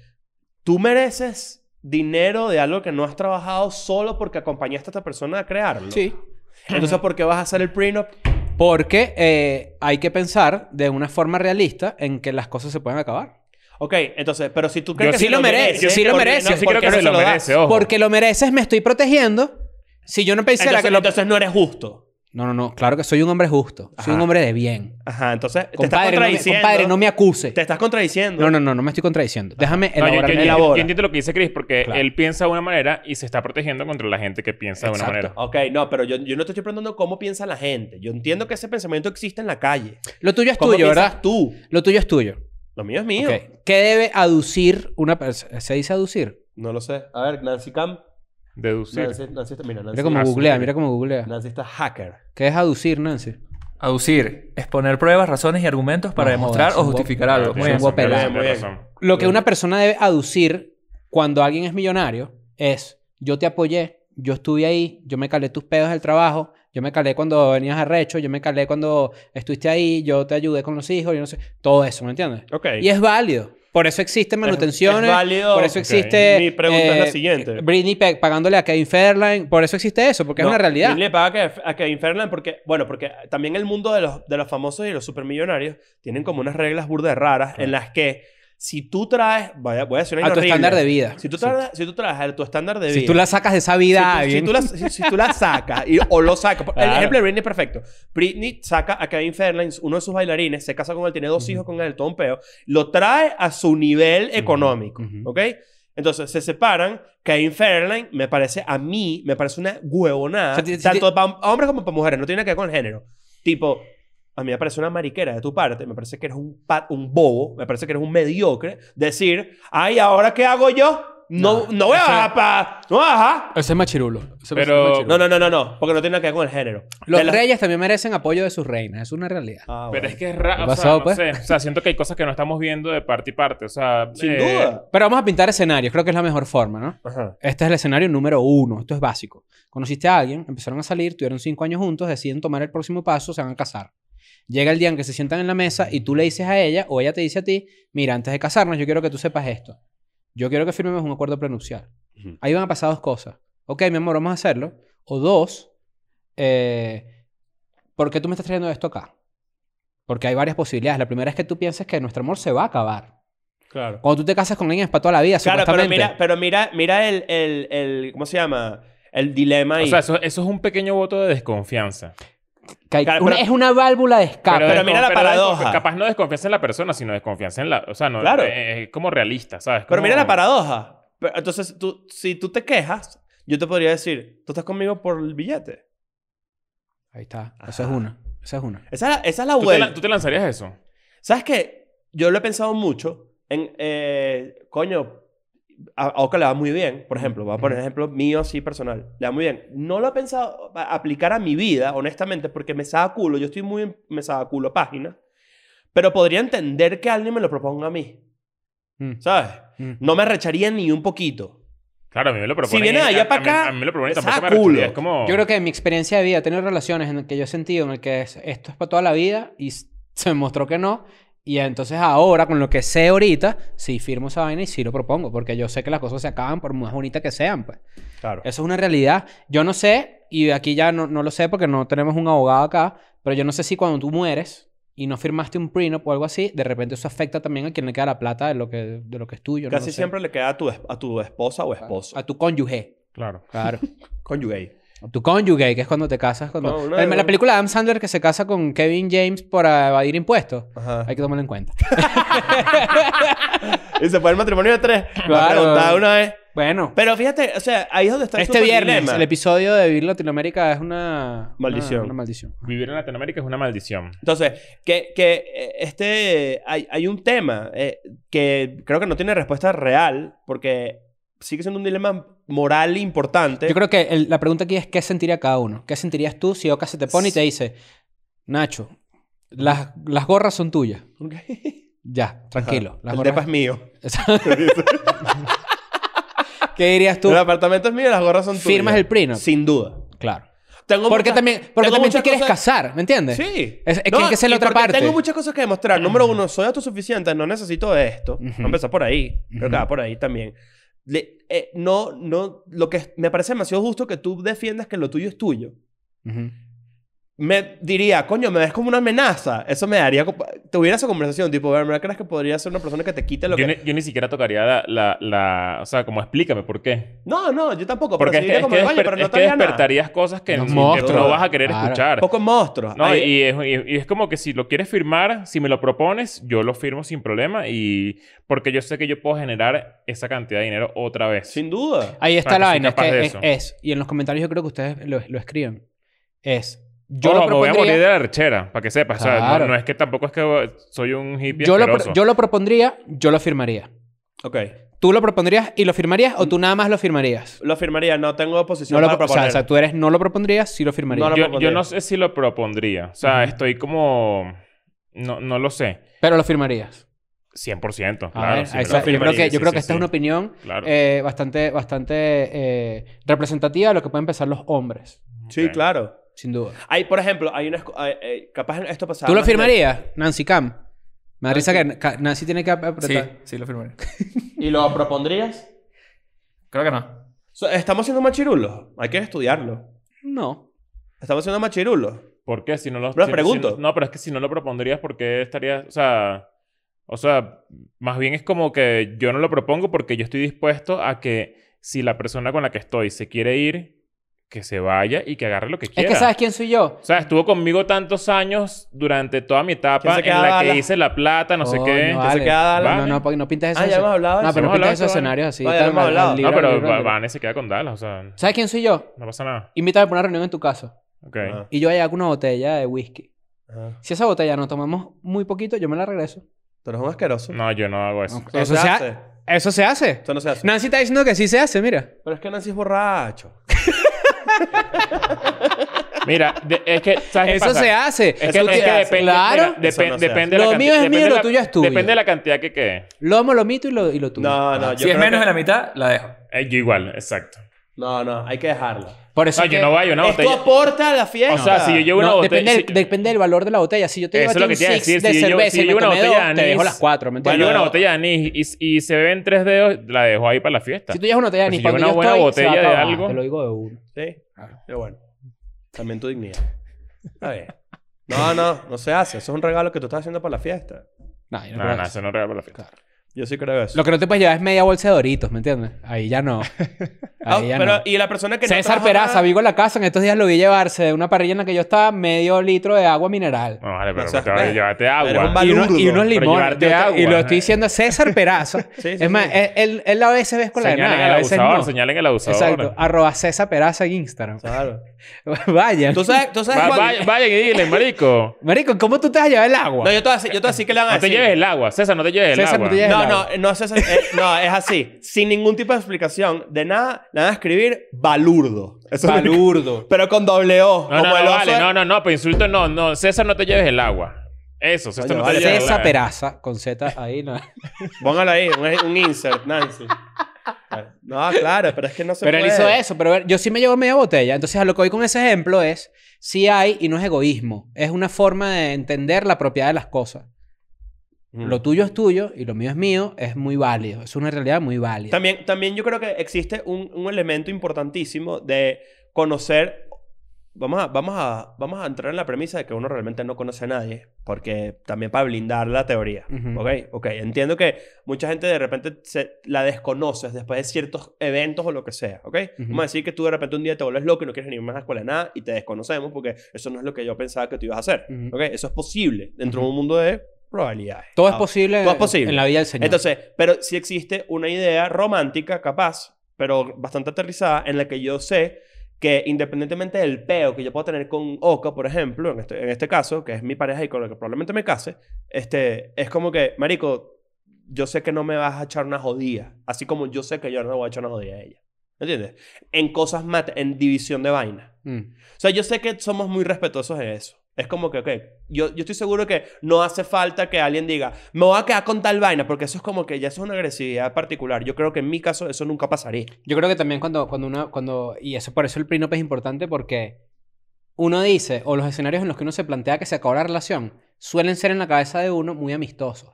S3: tú mereces dinero de algo que no has trabajado solo porque acompañaste a esta persona a crearlo. Entonces, ¿por qué vas a hacer el prenup?
S4: Porque eh, hay que pensar de una forma realista en que las cosas se pueden acabar.
S3: Ok, entonces, pero si tú crees
S2: Yo
S3: que
S2: sí lo merece,
S3: mereces,
S2: yo sí
S4: lo
S3: ¿por qué
S4: merece.
S3: no-
S2: Yo sí
S3: por
S2: creo
S3: qué
S2: que
S3: no
S2: se lo
S3: das?
S2: merece, ojo.
S4: Porque lo mereces, me estoy protegiendo. Si yo no pensara
S3: Entonces,
S4: que lo...
S3: entonces no eres justo.
S4: No, no, no. Claro que soy un hombre justo. Soy un
S3: Ajá.
S4: hombre de bien.
S3: Ajá, entonces te estás
S4: Compadre, no me,
S3: contradiciendo.
S4: compadre, no me acuse.
S3: Te estás contradiciendo.
S4: No, no, no. No me estoy contradiciendo. Déjame
S2: No, yo- yo,
S4: elaborar.
S2: yo-
S4: mi-
S2: yo
S3: Elabora.
S2: entiendo lo que dice Chris porque
S4: Claro.
S2: él piensa de una manera y se está protegiendo contra la gente que piensa de una
S4: Exacto.
S2: manera.
S3: Ok, no, pero yo, yo no te estoy preguntando cómo piensa la gente. Yo entiendo que ese pensamiento existe en la calle.
S4: Lo tuyo es
S3: ¿Cómo
S4: tuyo,
S3: piensas
S4: ¿verdad?
S3: tú?
S4: Lo tuyo es tuyo.
S3: Lo mío es mío.
S4: Ok. ¿Qué debe aducir una persona? ¿Se dice aducir?
S3: No lo sé. A ver, Nancy Cam.
S2: Deducir.
S3: Nancy, Nancy está- mira, Nancy,
S4: Mira cómo
S2: aducir.
S4: googlea, mira cómo googlea.
S3: Nancy está hacker.
S4: ¿Qué es aducir, Nancy?
S5: Aducir, exponer pruebas, razones y argumentos para
S4: No
S5: demostrar
S4: jodas,
S5: o
S4: un guapo.
S5: justificar algo. Muy
S4: un
S5: bien.
S4: guapo.
S2: Tienes
S4: guapelada.
S2: razón,
S3: Muy
S2: tienes
S3: bien.
S2: razón.
S4: Lo que una persona debe aducir cuando alguien es millonario es yo te apoyé, yo estuve ahí, yo me calé tus pedos del trabajo, yo me calé cuando venías arrecho, yo me calé cuando estuviste ahí, yo te ayudé con los hijos, yo no sé, todo eso, ¿me entiendes?
S3: Ok.
S4: Y es válido. Por eso existen manutenciones.
S3: es válido.
S4: Por eso
S2: Ok.
S4: existe. eh,
S3: Mi pregunta es la siguiente.
S4: Britney pe- pagándole a Kevin Fairline. Por eso existe eso, porque es
S3: No,
S4: una realidad.
S3: Britney le paga a Kev- a Kevin Ferland porque, bueno, porque también el mundo de los, de los famosos y los supermillonarios tienen como unas reglas burdas raras en las que si tú traes, vaya, voy a decir una
S4: A tu
S3: horrible.
S4: estándar de vida.
S3: Si tú, traes, si tú traes a tu estándar de vida.
S4: Si tú la sacas de esa vida a
S3: Si
S4: alguien,
S3: tú, si tú la, si- si tú la sacas y- o lo sacas. El
S2: Claro.
S3: ejemplo de Britney es perfecto. Britney saca a Kevin Fairline, uno de sus bailarines, se casa con él, tiene dos hijos con él, todo un peo. Lo trae a su nivel económico,
S4: Ujú.
S3: ¿ok? Entonces se separan. Kevin Fairline me parece, a mí, me parece una huevonada.
S4: O sea, ti- ti-
S3: tanto para hombres como para mujeres, no tiene nada que ver con el género. Tipo, a mí me parece una mariquera de tu parte, me parece que eres un, pa- un bobo, me parece que eres un mediocre. Decir, ay, ¿ahora qué hago yo? No, no, voy a bajar pa- No voy a bajar.
S4: Ese es machirulo. Ese es
S2: Pero-
S4: machirulo.
S3: No, no, no, no, no, porque no tiene nada que ver con el género.
S4: Los
S3: De la-
S4: reyes también merecen apoyo de sus reinas. Es una realidad.
S3: Ah,
S2: Pero
S3: bueno.
S2: es que es raro.
S4: ¿Qué
S2: O, sea,
S4: pasó,
S2: no
S4: pues?
S2: sé. o sea, siento que hay cosas que no estamos viendo de parte y parte. O sea,
S3: Sin
S2: eh,
S3: duda.
S4: Pero vamos a pintar escenarios. Creo que es la mejor forma, ¿no?
S3: Ajá.
S4: Este es el escenario número uno. Esto es básico. Conociste a alguien, empezaron a salir, tuvieron cinco años juntos, deciden tomar el próximo paso, se van a casar. Llega el día en que se sientan en la mesa y tú le dices a ella o ella te dice a ti, mira, antes de casarnos yo quiero que tú sepas esto. Yo quiero que firmemos un acuerdo prenupcial.
S3: Ujú.
S4: Ahí van a pasar dos cosas. Ok, mi amor, vamos a hacerlo. O dos, eh, ¿por qué tú me estás trayendo esto acá? Porque hay varias posibilidades. La primera es que tú pienses que nuestro amor se va a acabar.
S3: Claro.
S4: Cuando tú te casas con alguien es para toda la vida,
S3: Claro, pero
S4: supuestamente.
S3: mira, pero mira, mira el, el, el- ¿cómo se llama? El dilema ahí.
S2: o sea, eso, eso es un pequeño voto de desconfianza.
S4: Que hay-
S3: Claro,
S4: una-
S3: pero-
S4: es una válvula de escape.
S3: pero
S2: descon-
S3: mira la
S2: descon-
S3: paradoja.
S2: Capaz no desconfianza en la persona, sino desconfianza en la. O sea, no.
S3: Claro.
S2: eh, Es como realista, ¿sabes?
S3: Pero
S2: Como-
S3: mira la paradoja. Pero, Entonces, tú, si tú te quejas, yo te podría decir, tú estás conmigo por el billete.
S4: Ahí está. Esa es
S3: Ajá.
S4: una. Esa es una.
S3: Esa es la, esa es la
S2: ¿Tú te,
S3: vuelta.
S2: la- tú te lanzarías eso?
S3: ¿Sabes qué? Yo lo he pensado mucho en, eh, coño, a a Oka le va muy bien, por ejemplo, voy a poner ejemplo mío así personal, le va muy bien. No lo he pensado a- aplicar a mi vida, honestamente, porque me saca culo, yo estoy muy en me saca culo página, pero podría entender que alguien me lo proponga a mí,
S4: Mm,
S3: ¿sabes?
S4: mm.
S3: No me arrecharía ni un poquito.
S2: Claro, a mí me lo proponen.
S3: viene
S2: y-
S3: de allá
S2: a-
S3: para
S2: a mí-
S3: acá,
S2: A mí me lo proponen y
S3: esa
S2: tampoco me
S3: culo.
S2: rechazaría. Es como...
S4: Yo creo que en mi experiencia de vida, he tenido relaciones en las que yo he sentido, en el que es- esto es para toda la vida y s- se me mostró que no. Y entonces ahora, con lo que sé ahorita, sí firmo esa vaina y sí lo propongo, porque yo sé que las cosas se acaban por más bonitas que sean, pues.
S3: Claro.
S4: Eso es una realidad. Yo no sé, y de aquí ya no, no lo sé porque no tenemos un abogado acá, pero yo no sé si cuando tú mueres y no firmaste un prenup o algo así, de repente eso afecta también a quien le queda la plata de lo que, de lo que es tuyo. no
S3: Casi
S4: lo sé.
S3: siempre le queda a tu, es- a tu esposa o esposo.
S4: A tu cónyuge.
S2: Claro.
S4: Claro.
S3: Cónyuge.
S4: A tu cónyuge, que es cuando te casas. Cuando...
S3: Con una
S4: la,
S3: de-
S4: la película de Adam Sandler que se casa con Kevin James para evadir impuestos.
S3: Ajá.
S4: Hay que tomarlo en cuenta.
S3: Y se fue el matrimonio de tres. Me
S4: Claro.
S3: preguntaba una vez.
S4: Bueno,
S3: Pero fíjate, o sea, ahí es donde está el
S4: este
S3: super
S4: viernes
S3: dilema.
S4: el episodio de Vivir Latinoamérica es una... una-
S3: Maldición.
S4: Una, maldición.
S2: Vivir en Latinoamérica es una maldición.
S3: Entonces, que, que eh, este, hay, hay un tema eh, que creo que no tiene respuesta real, porque sigue siendo un dilema moral importante.
S4: Yo creo que el- la pregunta aquí es qué sentiría cada uno. ¿Qué sentirías tú si Oka se te pone y te dice, Nacho, las, las gorras son tuyas?
S3: Ok.
S4: Ya, tranquilo.
S3: Ajá.
S4: Las
S3: El depa es
S4: gorras...
S3: mío.
S4: ¿Qué dirías tú?
S3: El apartamento es mío y las gorras son tuyas.
S4: ¿Firmas el prenup?
S3: Sin duda.
S4: Claro.
S3: Tengo
S4: Porque
S3: muchas-
S4: también, porque
S3: tengo
S4: también te
S3: muchas
S4: quieres
S3: cosas-
S4: casar, ¿me entiendes?
S3: Sí.
S4: Es- es que hay que ser la
S3: y
S4: otra
S3: porque
S4: parte.
S3: Tengo muchas cosas que demostrar. Número uno, soy autosuficiente, no necesito de esto.
S4: Ujú.
S3: No empezó por ahí. Creo
S4: Ujú.
S3: que va por ahí también. Le- eh, no, no, lo que es- me parece demasiado justo que tú defiendas que lo tuyo es tuyo.
S4: Ujú.
S3: Me diría, coño, me ves como una amenaza. Eso me daría. co- Tuviera esa conversación, tipo, "Ver, ¿verdad crees que podría ser una persona que te quite lo
S2: Yo,
S3: que.?
S2: ni, yo ni siquiera tocaría la, la, la- O sea, como explícame por qué.
S3: No, no, yo tampoco.
S2: Porque
S3: pero
S2: es que,
S3: sí diría
S2: es
S3: como,
S2: que
S3: "Coño,
S2: desper-
S3: pero no
S2: es que
S3: te haría nada".
S2: despertarías cosas que,
S4: Los
S2: que
S4: monstruos.
S2: no vas a querer
S4: Claro.
S2: escuchar.
S3: Pocos monstruos.
S2: No,
S3: Ahí-
S2: y, es, y- y es como que si lo quieres firmar, si me lo propones, yo lo firmo sin problema y porque yo sé que yo puedo generar esa cantidad de dinero otra vez.
S3: Sin duda.
S4: Ahí está
S2: Para
S4: la
S2: que soy
S4: vaina. es
S2: capaz
S4: que
S2: de
S4: es,
S2: eso.
S4: es- y en los comentarios yo creo que ustedes lo, lo escriban. Es, yo
S2: yo
S4: lo
S2: Oh, me voy a morir
S4: propondría,
S2: de la rechera, para que sepas. O sea, no-
S4: Claro.
S2: no, es que tampoco es que soy un hippie
S4: yo lo, pro-
S2: asqueroso.
S4: yo lo propondría, yo lo firmaría.
S3: Ok.
S4: ¿Tú lo propondrías y lo firmarías o tú nada más lo firmarías?
S3: Lo firmaría, no tengo oposición
S4: No lo
S3: para
S4: pro- o, sea,
S3: proponer.
S4: o sea, tú eres no lo propondrías, sí lo
S3: No
S4: firmarías.
S3: lo-
S2: Yo- yo,
S3: propondría.
S2: no sé si lo propondría. O sea,
S4: Ujú.
S2: estoy como... No, no lo sé.
S4: Pero lo firmarías.
S2: 100%,
S4: A
S2: claro.
S4: ver,
S2: sí me lo
S4: ahí está. yo creo
S2: firmaría,
S4: que,
S2: sí,
S4: yo creo
S2: sí,
S4: que esta
S2: sí.
S4: es una opinión
S2: Claro.
S4: eh, bastante, bastante eh, representativa de lo que pueden pensar los hombres,
S3: Sí,
S2: Ok.
S3: claro.
S4: sin duda.
S3: Hay, por ejemplo, hay unas... co- hay- hay- capaz esto pasaba...
S4: ¿Tú lo
S3: más de-
S4: firmarías, Nancy Cam? Me da risa que ca- Nancy tiene que ap-
S5: Sí,
S4: apretar.
S5: sí, lo firmaría.
S3: ¿Y lo propondrías?
S5: Creo que no.
S3: So- Estamos siendo machirulos. Hay que estudiarlo.
S4: No.
S3: Estamos siendo machirulos.
S2: ¿Por qué? Si no lo...
S3: Pero
S2: si-
S3: pregunto.
S2: si- no, pero es que si no lo propondrías, ¿por qué estarías...? O sea... O sea, más bien es como que yo no lo propongo porque yo estoy dispuesto a que si la persona con la que estoy se quiere ir, que se vaya y que agarre lo que quiera.
S4: Es que ¿sabes quién soy yo?
S2: O sea, estuvo conmigo tantos años durante toda mi
S3: ¿Quién
S2: etapa
S3: se
S2: en
S3: queda
S2: la que
S3: Dallas?
S2: hice la plata, no sé
S4: Coño,
S2: qué.
S4: vale.
S3: Se queda Dallas.
S4: No,
S2: Vale.
S4: no, porque no pintas eso.
S3: Ah, ya hemos hablado de
S4: No,
S3: eso.
S4: pero no
S2: Hemos hablado
S4: pintas
S2: de
S4: esos
S2: eso,
S4: escenarios así.
S3: Vale,
S4: tan
S3: hemos
S4: al-
S3: hablado.
S4: al
S2: No,
S4: libro, al
S2: pero
S4: libro, al
S2: Va-
S4: libro.
S2: Vane se queda con Dallas, o sea,
S4: ¿Sabes quién soy yo?
S2: no pasa nada.
S4: Invítame a una reunión en tu casa.
S2: Ok.
S3: Ah.
S4: Y yo allá con una botella de whisky.
S3: Ajá.
S4: Si esa botella no tomamos muy poquito, yo me la regreso.
S3: Tú eres un asqueroso.
S2: No, yo no hago eso.
S4: Ok.
S3: no
S4: Eso
S3: se
S4: se ha-
S3: hace.
S4: Eso se hace.
S3: Esto no se hace.
S4: Nancy está diciendo que sí se hace, mira.
S3: Pero es que Nancy es borracho.
S2: Mira, de- es que, ¿sabes qué
S4: Eso
S2: pasa?
S4: se hace.
S2: Es que,
S4: Tú-
S2: es que depende,
S4: Claro.
S2: mira, depe-
S3: Eso no se
S2: depende
S4: hace.
S2: de la
S4: Lo
S2: canti-
S4: mío es
S2: depende
S4: mío,
S2: de
S4: lo
S2: la-
S4: tuyo es tuyo.
S2: Depende de la cantidad que quede.
S4: Lomo, lomito y lo, y lo tuyo.
S3: No, no. yo
S5: si es
S3: creo
S5: menos
S3: que-
S5: de la mitad, la dejo.
S2: Eh, yo igual, exacto.
S3: No, no. Hay que dejarlo.
S4: Por eso
S2: No,
S4: es que-
S2: yo no voy a una
S3: Esto
S2: botella.
S3: aporta a la
S2: O
S3: fiesta.
S2: sea, si yo llevo una
S4: No,
S2: botella...
S4: depende, del,
S2: si-
S4: depende del valor de la botella. Si yo te
S2: Eso
S4: llevo a ti
S2: es lo que
S4: un
S2: te iba a
S4: six
S2: decir.
S4: de
S2: Si yo llevo-
S4: cerveza
S2: si
S4: y
S2: yo
S4: me
S2: llevo una
S4: tomé
S2: botella
S4: dos,
S2: de
S4: te dejo
S2: anís-
S4: las cuatro,
S2: Si yo
S4: ¿me entiendes?
S2: llevo una botella de anís y, y se beben tres dedos, la dejo ahí para la fiesta.
S4: Si tú llevas una botella de
S2: Pero si
S4: anís,
S2: llevo
S4: cuando
S2: una
S4: yo
S2: buena
S4: estoy, se va a
S2: botella de
S4: acabar,
S2: algo.
S4: Te lo digo de uno.
S3: Sí. Pero bueno. También tu dignidad. Está bien. No, no. No se hace. Eso es un regalo que tú estás haciendo para la fiesta.
S4: No, yo no
S2: No,
S4: creo
S2: no,
S4: eso.
S2: eso no es regalo para la fiesta.
S3: Yo sí creo eso.
S4: Lo que no te puedes llevar es media bolsa de doritos, ¿me entiendes? Ahí ya no.
S3: Ah,
S4: Ahí ya
S3: pero,
S4: no.
S3: y la persona que no
S4: César
S3: trabaja
S4: Peraza,
S3: nada-
S4: vivo en la casa, en estos días lo vi llevarse de una parrilla en la que yo estaba medio litro de agua mineral.
S2: No, vale, pero
S3: O sea,
S2: te va a
S3: eh,
S2: llevarte
S3: eres un
S2: agua.
S3: val-
S4: Y, uno-
S3: balurdo,
S4: y unos
S2: Ah, pero
S4: limones.
S2: llevarte
S4: Yo te-
S2: agua,
S4: y lo
S2: ajá.
S4: estoy diciendo a César Peraza.
S3: Sí, sí,
S4: es más,
S3: sí.
S4: él, él- él a veces ves con la de
S2: Señalen
S4: nada,
S2: al
S4: a veces
S2: abusador,
S4: no.
S2: señalen al abusador.
S4: Exacto. Arroba César Peraza en Instagram.
S3: Claro.
S4: Vayan.
S3: ¿Tú sabes, tú
S4: Ah,
S3: sabes
S2: Va-
S4: pues,
S3: cuál-
S2: vaya- Vayan y dile, marico.
S4: Marico, ¿cómo tú te vas a llevar el agua?
S3: No, yo te voy a decir- yo te voy a decir que le van a
S2: No te
S3: decir.
S2: lleves el agua, César, no te lleves el
S4: César, no
S2: agua.
S4: te lleves-
S3: No,
S4: el
S3: no, no es, eso, eh, no, es así. Sin ningún tipo de explicación, de nada, le van a escribir balurdo. Eso es lo que-
S4: Palurdo.
S3: Pero con doble O.
S2: No, no,
S3: como el
S2: no,
S3: oso
S2: vale,
S3: de-
S2: no, no, no, pero insulto no, no, César, no te lleves el agua. Eso, César,
S3: Oye,
S2: no te
S3: vale.
S2: lleves el
S4: César
S2: agua.
S4: Peraza con Z ahí. No.
S3: Póngalo ahí, un, un insert, Nancy. No, claro, pero es que no se
S4: Pero él
S3: puede.
S4: hizo eso. Pero a ver, yo sí me llevo media botella. Entonces, a lo que voy con ese ejemplo es: sí hay y no es egoísmo. Es una forma de entender la propiedad de las cosas.
S3: Mm.
S4: Lo tuyo es tuyo y lo mío es mío. Es muy válido. Es una realidad muy válida.
S3: También, también yo creo que existe un, un elemento importantísimo de conocer. Vamos a, vamos, a, vamos a entrar en la premisa de que uno realmente no conoce a nadie, porque también para blindar la teoría.
S4: Ujú.
S3: ¿Ok? Ok, entiendo que mucha gente de repente se- la desconoces después de ciertos eventos o lo que sea. ¿Ok?
S4: Ujú.
S3: Vamos a decir que tú de repente un día te vuelves loco y no quieres venir más a la escuela nada y te desconocemos porque eso no es lo que yo pensaba que tú ibas a hacer.
S4: Ujú.
S3: ¿Ok? Eso es posible dentro de
S4: Ujú.
S3: un mundo de probabilidades.
S4: Todo es
S3: Ah,
S4: posible,
S3: todo es posible.
S4: en la vida del Señor.
S3: entonces, pero sí existe una idea romántica, capaz, pero bastante aterrizada, en la que yo sé que independientemente del peo que yo pueda tener con Oka, por ejemplo, en este, en este caso, que es mi pareja y con la que probablemente me case, este, es como que, marico, yo sé que no me vas a echar una jodida, así como yo sé que yo no le voy a echar una jodida a ella. ¿Entiendes? En cosas mate, en división de vaina.
S4: Mm.
S3: O sea, yo sé que somos muy respetuosos en eso. Es como que, ok, yo, yo estoy seguro que no hace falta que alguien diga, me voy a quedar con tal vaina, porque eso es como que ya eso es una agresividad particular. Yo creo que en mi caso eso nunca pasaría.
S4: Yo creo que también cuando, cuando uno, cuando, y eso por eso el prenup es importante porque uno dice, o los escenarios en los que uno se plantea que se acabó la relación, suelen ser en la cabeza de uno muy amistosos.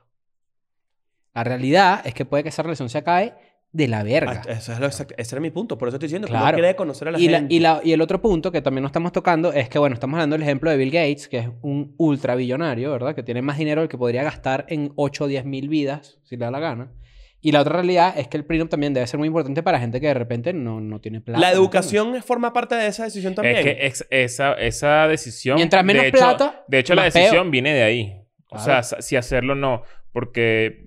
S4: La realidad es que puede que esa relación se acabe de la verga.
S3: Ah, Eso es lo exacto. Ese era mi punto, por eso estoy diciendo que
S4: Claro.
S3: no quiere conocer a la
S4: y, la-
S3: gente.
S4: y, la- y el otro punto que también no estamos tocando es que, bueno, estamos hablando del ejemplo de Bill Gates, que es un ultrabillonario, ¿verdad? Que tiene más dinero del que podría gastar en 8 o 10 mil vidas, si le da la gana. Y la otra realidad es que el prenup también debe ser muy importante para gente que de repente no, no tiene plata.
S3: La
S4: ¿me
S3: educación forma parte de esa decisión también.
S2: Es que ex- esa, esa decisión.
S4: Mientras menos
S2: de hecho-
S4: plata,
S2: De hecho, la
S4: más
S2: decisión
S4: peo.
S2: viene de ahí. O
S4: Claro.
S2: sea, sa- si hacerlo o no. Porque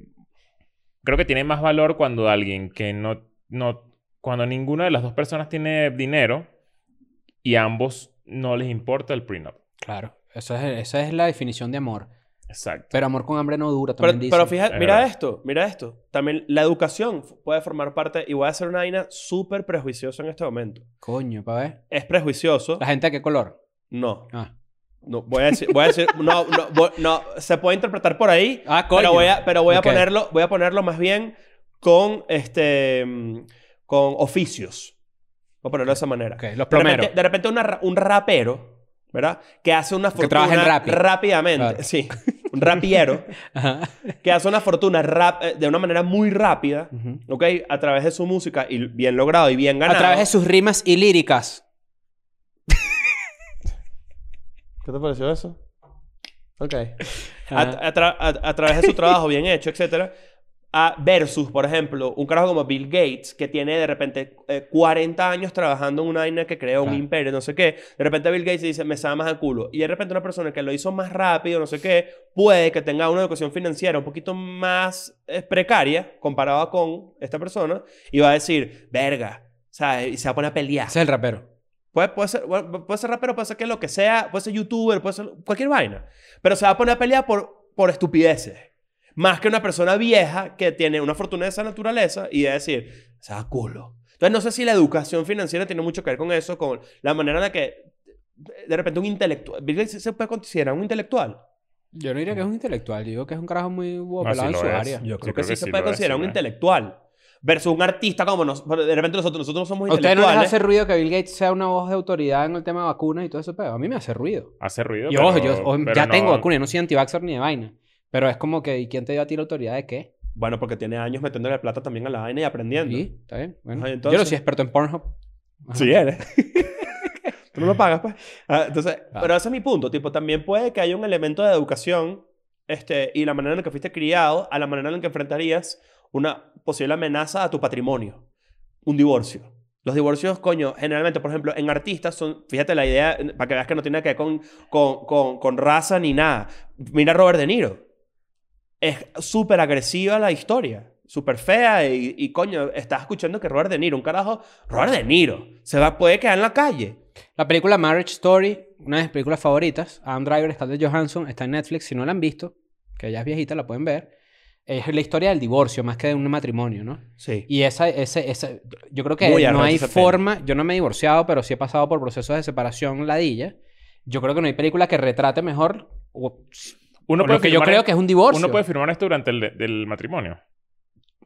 S2: creo que tiene más valor cuando alguien que no, no. Cuando ninguna de las dos personas tiene dinero y ambos no les importa el prenup.
S4: Claro, esa es, esa es la definición de amor.
S2: Exacto.
S4: Pero amor con hambre no dura,
S3: Pero,
S4: también dice.
S3: pero fíjate,
S2: Es
S3: mira
S2: verdad.
S3: esto, mira esto. También la educación f- puede formar parte, y voy a hacer una vaina súper prejuiciosa en este momento.
S4: Coño, pa' ver.
S3: ¿Es prejuicioso?
S4: ¿La gente de qué color?
S3: No.
S4: Ah,
S3: No, voy a decir, voy a decir, no, no, voy- no, se puede interpretar por ahí,
S4: Ah, coño.
S3: pero voy a, pero voy a
S4: Ok.
S3: ponerlo, voy a ponerlo más bien con este, mm, con oficios. Voy a ponerlo de esa manera.
S4: ok, los
S3: De repente,
S4: plomeros.
S3: de repente una ra- un rapero, ¿verdad? Que hace una
S4: Que
S3: fortuna
S4: trabaja en Rappi.
S3: rápidamente,
S4: Claro.
S3: sí, un rapiero
S4: Ajá.
S3: que hace una fortuna rap- eh, de una manera muy rápida,
S4: Ujú.
S3: ¿ok? A través de su música y bien logrado y bien
S4: A
S3: ganado.
S4: través de sus rimas y líricas.
S3: ¿Qué te pareció eso? Ok. A,
S4: Ajá.
S3: a tra- a- a través de su trabajo bien hecho, etcétera, a versus, por ejemplo, un carajo como Bill Gates, que tiene de repente eh, 40 años trabajando en una vaina que creó un
S4: Claro.
S3: imperio, no sé qué. De repente Bill Gates dice, me sabe más al culo. Y de repente una persona que lo hizo más rápido, no sé qué, puede que tenga una educación financiera un poquito más eh, precaria comparada con esta persona y va a decir, verga. ¿sabes? Y se va a poner a pelear.
S4: Ese es el rapero.
S3: Puede, puede, ser, bueno, puede ser rapero, puede ser que lo que sea, puede ser youtuber, puede ser cualquier vaina. Pero se va a poner a pelear por, por estupideces. Más que una persona vieja que tiene una fortuna de esa naturaleza y de decir, se da culo. Entonces, no sé si la educación financiera tiene mucho que ver con eso, con la manera en la que de repente un intelectual. Bill Gates se puede considerar un intelectual.
S4: Yo no diría que es un intelectual, yo digo que es un carajo muy guapo
S2: No, sí
S4: pelado en
S2: lo
S4: su
S2: es.
S4: área.
S2: Yo
S3: Yo creo que, sí, se
S2: lo
S3: puede
S2: es,
S3: considerar
S2: sí
S3: un
S2: lo es.
S3: intelectual. Versus un artista como nosotros. De repente nosotros, nosotros no somos
S4: ¿A ustedes no les
S3: intelectuales.
S4: hace ruido que Bill Gates sea una voz de autoridad en el tema de vacunas y todo eso? Pero a mí me hace ruido.
S2: Hace ruido.
S4: Yo,
S2: pero-
S4: yo o-
S2: pero
S4: ya
S2: no-
S4: tengo vacuna, yo no soy antivaxxer ni de vaina. Pero es como que, ¿y quién te dio a ti la autoridad de qué?
S3: Bueno, porque tiene años metiéndole plata también a la vaina y aprendiendo.
S4: Sí, está bien. Bueno,
S3: Ajá,
S4: yo no
S3: entonces-
S4: soy experto en Pornhub. Ajá.
S3: Si eres. Tú no lo pagas, pues. Ah, entonces,
S4: Claro.
S3: pero ese es mi punto. Tipo, también puede que haya un elemento de educación este, y la manera en la que fuiste criado a la manera en la que enfrentarías una posible amenaza a tu patrimonio. Un divorcio. Los divorcios, coño, generalmente, por ejemplo, en artistas son, fíjate la idea, eh, para que veas que no tiene que ver con, con, con, con raza ni nada. Mira a Robert De Niro. Es súper agresiva la historia, súper fea y, y, coño, estás escuchando que Robert De Niro, un carajo, Robert De Niro, se va, puede quedar en la calle.
S4: La película Marriage Story, una de mis películas favoritas. Adam Driver, está de Johansson, está en Netflix. Si no la han visto, que ya es viejita, la pueden ver. Es la historia del divorcio más que de un matrimonio, ¿no?
S3: Sí.
S4: Y esa, ese, ese, yo creo que
S3: Muy
S4: no
S3: arrecho
S4: hay
S3: esa peli.
S4: forma, yo no me he divorciado, pero sí he pasado por procesos de separación ladilla. Yo creo que no hay película que retrate mejor o-
S2: Uno
S4: o lo que yo
S2: firmar-
S4: creo que es un divorcio.
S2: Uno puede firmar esto durante el del matrimonio.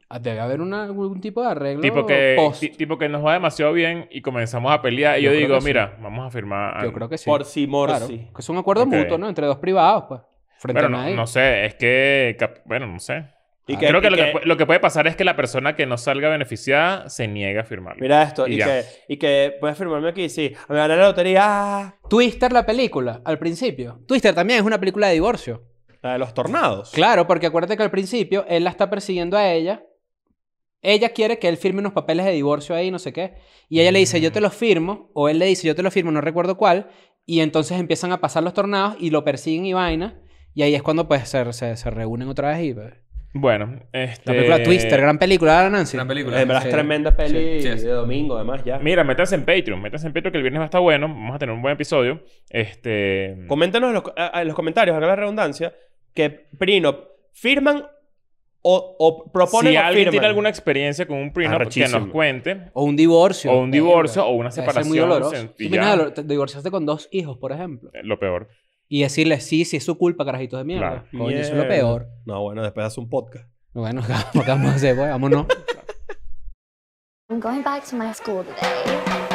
S4: Ah, Debe haber una- algún tipo de arreglo
S2: Tipo que,
S4: post.
S2: ti- tipo que nos va demasiado bien y comenzamos a pelear. Y yo,
S4: Yo creo
S2: digo,
S4: que sí.
S2: mira, vamos a firmar.
S4: yo creo que sí.
S3: Por si
S4: Claro,
S3: morsi.
S4: que es un acuerdo
S2: ah, Ok.
S4: mutuo, ¿no? Entre dos privados, pues. Frente
S2: Pero
S4: a
S2: no,
S4: nadie.
S2: no sé, es que. cap- Bueno, no sé. Ah,
S3: Y
S2: creo que,
S3: y
S2: lo, que, pu- lo que puede pasar es que la persona que no salga beneficiada se niega a firmarlo.
S3: Mira esto,
S2: Y
S3: y,
S2: ya.
S3: que, y que puedes firmarme aquí, sí. Me gané la lotería, ¡ah!
S4: Twister la película, al principio. Twister también es una película de divorcio.
S3: la de los tornados.
S4: Claro, porque acuérdate que al principio él la está persiguiendo a ella. Ella quiere que él firme unos papeles de divorcio ahí, no sé qué. Y ella le dice, yo te los firmo. O él le dice, yo te los firmo, no recuerdo cuál. Y entonces empiezan a pasar los tornados y lo persiguen y vaina. Y ahí es cuando pues se, se- se reúnen otra vez y... pues,
S2: Bueno, este.
S4: La película Twister, gran película, ¿verdad, Nancy?
S5: Gran película.
S3: En verdad es
S4: Sí.
S3: tremenda peli
S5: Sí, sí es.
S3: de domingo, además, ya.
S2: Mira, métanse en Patreon. Métanse en Patreon que el viernes va a estar bueno. Vamos a tener un buen episodio. Este.
S3: Coméntanos en los, a- a- en los comentarios, haga la redundancia, que Prino, ¿firman o, o proponen
S2: si
S3: o
S2: alguien
S3: firman?
S2: tiene alguna experiencia con un prenup que
S3: Arrechísimo.
S2: nos cuente.
S4: O un divorcio.
S2: O un divorcio, o una
S4: Debe ser muy
S2: separación,
S4: doloroso.
S2: sen-
S4: Tú
S2: y
S4: vienes
S2: ya.
S4: a lo- te- divorciaste con dos hijos, por ejemplo.
S2: eh, Lo peor.
S4: Y decirle, sí, sí, es su culpa, carajitos de mierda.
S2: Claro.
S4: Coño, eso es lo
S3: Mierda.
S4: peor.
S3: No, bueno, después hace un podcast.
S4: Bueno, ¿qué vamos a hacer? Pues? Vámonos.
S1: I'm going back to my school today.